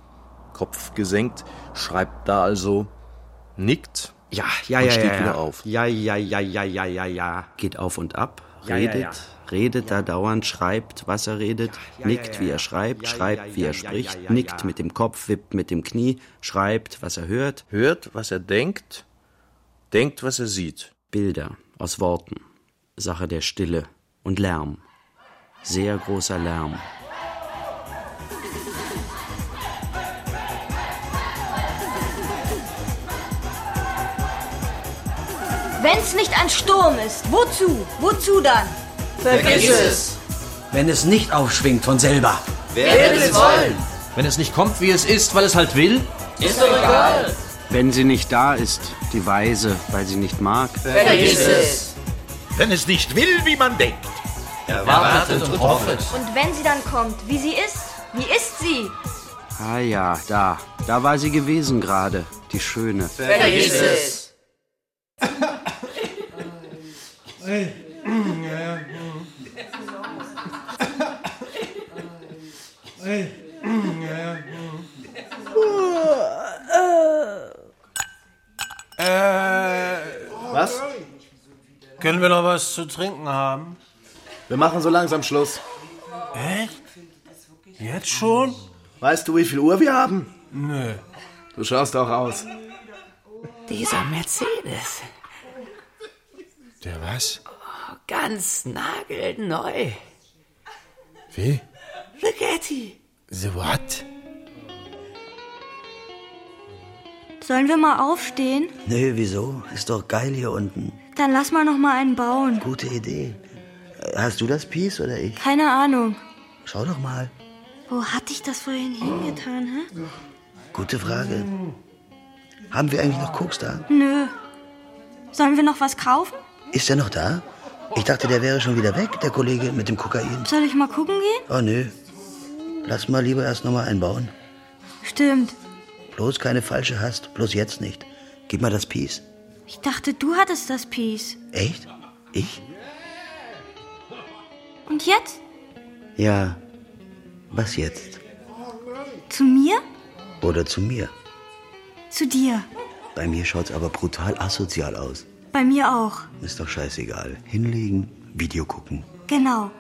Speaker 6: Kopf gesenkt, schreibt da also, nickt.
Speaker 1: Ja, ja,
Speaker 6: und
Speaker 1: ja,
Speaker 6: Steht
Speaker 1: ja,
Speaker 6: wieder
Speaker 1: ja.
Speaker 6: auf.
Speaker 1: Ja, ja, ja, ja, ja, ja, ja. Geht auf und ab,
Speaker 6: Ja, ja,
Speaker 1: redet, redet da dauernd, schreibt, was er redet, nickt, wie er schreibt, schreibt, wie er spricht, nickt mit dem Kopf, wippt mit dem Knie, schreibt, was er hört.
Speaker 6: Hört, was er denkt, denkt, was er sieht.
Speaker 1: Bilder aus Worten, Sache der Stille und Lärm. Sehr großer Lärm.
Speaker 24: Wenn's nicht ein Sturm ist, wozu? Wozu dann?
Speaker 5: Wenn es nicht aufschwingt von selber.
Speaker 24: Wer wird es wollen?
Speaker 5: Wenn es nicht kommt, wie es ist, weil es halt will.
Speaker 1: Ist doch egal. Wenn sie nicht da ist, die Weise, weil sie nicht mag.
Speaker 5: Vergiss
Speaker 1: es.
Speaker 5: Wenn es nicht will, wie man denkt.
Speaker 1: Erwartet und hoffet.
Speaker 24: Und wenn sie dann kommt, wie sie ist? Wie ist sie?
Speaker 1: Ah ja, da. Da war sie gewesen gerade, die Schöne.
Speaker 24: Vergiss
Speaker 87: es.
Speaker 3: Äh,
Speaker 29: Was?
Speaker 32: Können wir noch was zu trinken haben?
Speaker 29: Wir machen so langsam Schluss.
Speaker 32: Echt? Jetzt schon?
Speaker 29: Weißt du, wie viel Uhr wir haben?
Speaker 32: Nö.
Speaker 29: Du schaust auch aus.
Speaker 3: Dieser Mercedes,
Speaker 29: Der was?
Speaker 3: ganz nagelneu.
Speaker 29: Wie?
Speaker 3: Rigetti.
Speaker 29: The what?
Speaker 24: Sollen wir mal aufstehen?
Speaker 5: Nö, wieso? Ist doch geil hier unten.
Speaker 24: Dann lass mal noch mal einen bauen.
Speaker 5: Gute Idee. Äh, Hast du das Piece oder ich?
Speaker 24: Keine Ahnung.
Speaker 5: Schau doch mal.
Speaker 24: Wo hatte ich das vorhin hingetan, hä?
Speaker 5: Gute Frage. Haben wir eigentlich noch Koks da?
Speaker 24: Nö. Sollen wir noch was kaufen?
Speaker 5: Ist der noch da? Ich dachte, der wäre schon wieder weg, der Kollege mit dem Kokain.
Speaker 24: Soll ich mal gucken gehen?
Speaker 5: Oh nö. Lass mal lieber erst nochmal einbauen.
Speaker 24: Stimmt.
Speaker 5: Bloß keine falsche hast, bloß jetzt nicht. Gib mal das Piece.
Speaker 24: Ich dachte, du hattest das Piece.
Speaker 5: Echt? Ich?
Speaker 24: Und jetzt?
Speaker 5: Ja. Was jetzt?
Speaker 24: Zu mir?
Speaker 5: Oder zu mir?
Speaker 24: Zu dir.
Speaker 5: Bei mir schaut's aber brutal asozial aus.
Speaker 24: Bei mir auch.
Speaker 5: Ist doch scheißegal. Hinlegen, Video gucken.
Speaker 24: Genau.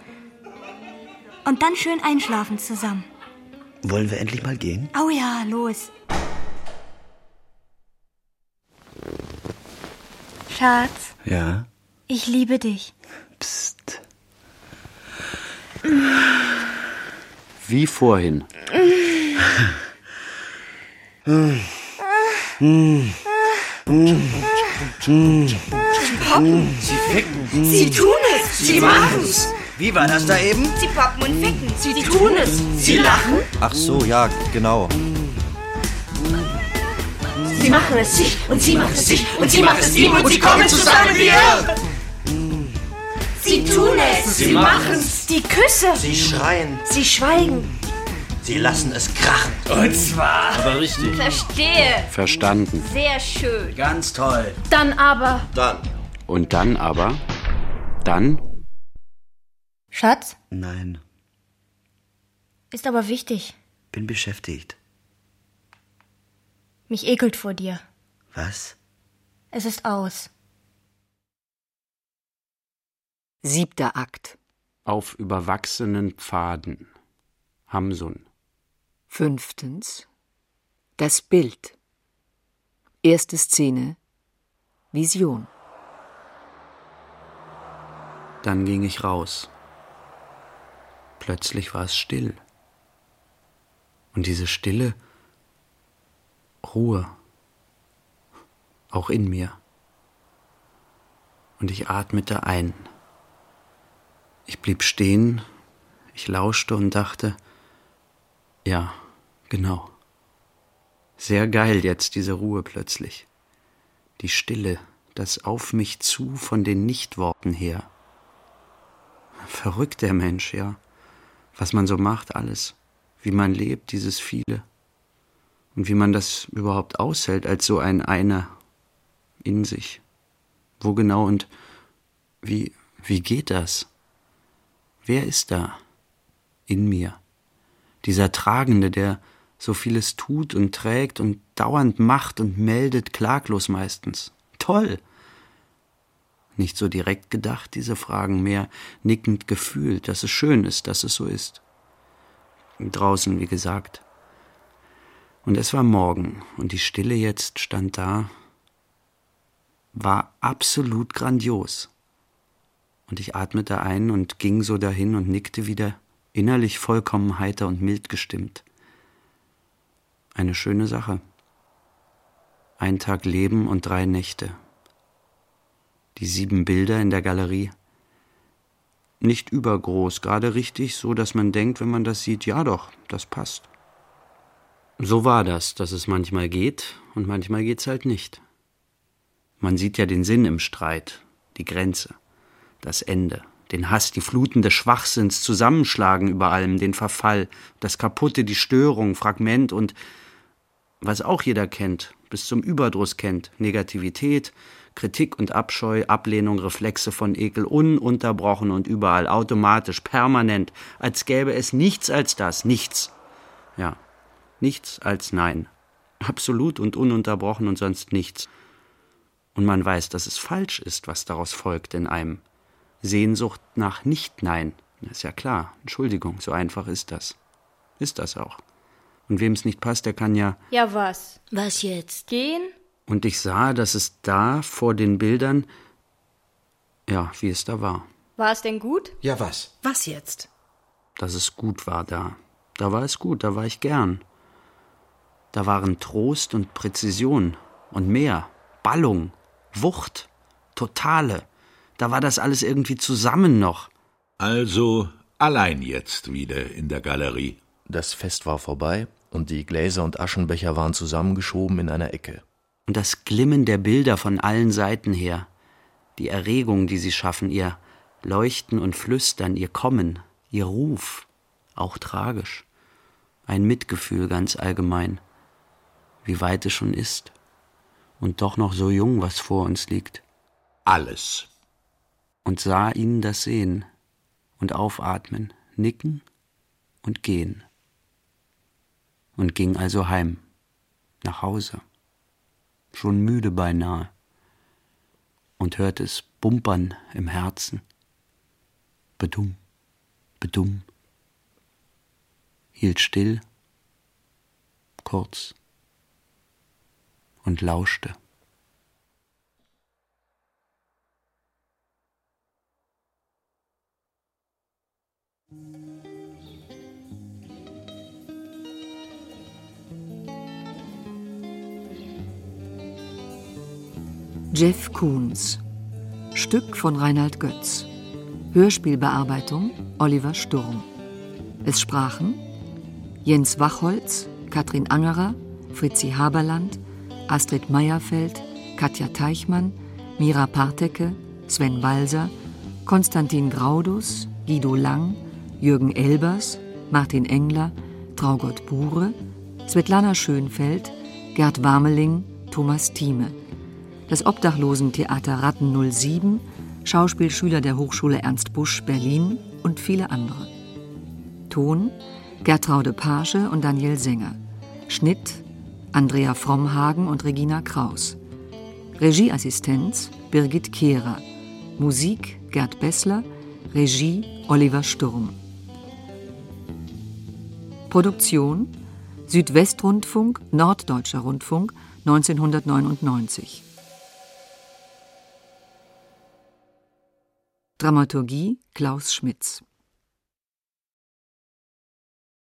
Speaker 24: Und dann schön einschlafen zusammen.
Speaker 5: Wollen wir endlich mal gehen?
Speaker 7: Oh ja, los. Schatz,
Speaker 5: Ja.
Speaker 7: ich liebe dich.
Speaker 1: Wie vorhin.
Speaker 5: Hm.
Speaker 43: Poppen.
Speaker 5: Sie ficken.
Speaker 43: Sie tun es. Sie machen's.
Speaker 5: Wie war das da eben? Hm.
Speaker 43: Sie poppen und ficken. Sie, tun es. Sie lachen.
Speaker 44: Ach so, ja, genau.
Speaker 19: Sie machen es sich und sie machen es sich und sie machen es ihm und sie kommen zusammen wie er.
Speaker 43: Sie tun es.
Speaker 5: Sie machen's.
Speaker 43: Die Küsse.
Speaker 5: Sie schreien.
Speaker 43: Sie schweigen.
Speaker 5: Sie lassen es krachen.
Speaker 1: Und zwar-
Speaker 5: Aber richtig.
Speaker 88: Verstehe.
Speaker 1: Verstanden.
Speaker 88: Sehr schön.
Speaker 5: Ganz toll.
Speaker 88: Dann aber.
Speaker 5: Dann.
Speaker 1: Und dann aber? Dann?
Speaker 24: Schatz,
Speaker 5: Nein,
Speaker 24: ist aber wichtig.
Speaker 5: bin beschäftigt.
Speaker 24: Mich ekelt vor dir.
Speaker 5: Was?
Speaker 24: Es ist aus.
Speaker 1: Siebter Akt. Auf überwachsenen Pfaden. Hamsun.
Speaker 11: Fünftens. Das Bild. Erste Szene. Vision.
Speaker 1: Dann ging ich raus. Plötzlich war es still. Und diese Stille Ruhe, auch in mir. Und ich atmete ein. Ich blieb stehen, ich lauschte und dachte, ja, genau. Sehr geil jetzt diese Ruhe plötzlich. Die Stille, das auf mich zu von den Nichtworten her. Verrückt der Mensch, ja. Was man so macht, alles. Wie man lebt, dieses Viele. Und wie man das überhaupt aushält als so ein Einer in sich. Wo genau und wie, wie geht das? Wer ist da? In mir. Dieser Tragende, der so vieles tut und trägt und dauernd macht und meldet, klaglos meistens. Toll! Nicht so direkt gedacht, diese Fragen, mehr nickend gefühlt, dass es schön ist, dass es so ist. Draußen, wie gesagt. Und es war Morgen, und die Stille jetzt stand da, war absolut grandios. Und ich atmete ein und ging so dahin und nickte wieder, innerlich vollkommen heiter und mild gestimmt. Eine schöne Sache. Ein Tag Leben und drei Nächte die sieben Bilder in der Galerie. Nicht übergroß, gerade richtig, so dass man denkt, wenn man das sieht, ja doch, das passt. So war das, dass es manchmal geht und manchmal geht's halt nicht. Man sieht ja den Sinn im Streit, die Grenze, das Ende, den Hass, die Fluten des Schwachsinns, Zusammenschlagen über allem, den Verfall, das Kaputte, die Störung, Fragment und was auch jeder kennt, bis zum Überdruss kennt, Negativität, Kritik und Abscheu, Ablehnung, Reflexe von Ekel, ununterbrochen und überall, automatisch, permanent, als gäbe es nichts als das, nichts. Ja, nichts als Nein. Absolut und ununterbrochen und sonst nichts. Und man weiß, dass es falsch ist, was daraus folgt in einem. Sehnsucht nach Nicht-Nein. Das ist ja klar. Entschuldigung, so einfach ist das. Ist das auch. Und wem es nicht passt, der kann ja
Speaker 24: Ja, was? Was jetzt? Gehen?
Speaker 1: und ich sah, dass es da vor den Bildern, ja, wie es da war,
Speaker 24: War es denn gut?
Speaker 1: Ja, was?
Speaker 88: Was jetzt?
Speaker 1: dass es gut war da. Da war es gut, da war ich gern. Da waren Trost und Präzision und mehr, Ballung, Wucht, Totale. Da war das alles irgendwie zusammen noch.
Speaker 9: Also allein jetzt wieder in der Galerie.
Speaker 32: Das Fest war vorbei und die Gläser und Aschenbecher waren zusammengeschoben in einer Ecke.
Speaker 1: Und das Glimmen der Bilder von allen Seiten her, die Erregung, die sie schaffen, ihr Leuchten und Flüstern, ihr Kommen, ihr Ruf, auch tragisch. Ein Mitgefühl ganz allgemein, wie weit es schon ist. Und doch noch so jung, was vor uns liegt.
Speaker 9: Alles.
Speaker 1: Und sah ihnen das sehen und aufatmen, nicken und gehen. Und ging also heim, nach Hause schon müde beinahe, und hörte es bumpern im Herzen. Bedumm, bedumm. Hielt still kurz und lauschte.
Speaker 11: Jeff Koons. Stück von Reinhard Götz. Hörspielbearbeitung Oliver Sturm. Es sprachen Jens Wachholz, Katrin Angerer, Fritzi Haberland, Astrid Meierfeld, Katja Teichmann, Mira Partecke, Sven Balser, Konstantin Graudus, Guido Lang, Jürgen Elbers, Martin Engler, Traugott Bure, Svetlana Schönfeld, Gerd Warmeling, Thomas Thieme. Das Obdachlosentheater Ratten 07, Schauspielschüler der Hochschule Ernst Busch Berlin und viele andere. Ton Gertraude Pasche und Daniel Sänger. Schnitt Andrea Frommhagen und Regina Kraus. Regieassistenz Birgit Kehrer. Musik Gerd Bessler. Regie Oliver Sturm. Produktion Südwestrundfunk, Norddeutscher Rundfunk 1999. Dramaturgie Klaus Schmitz.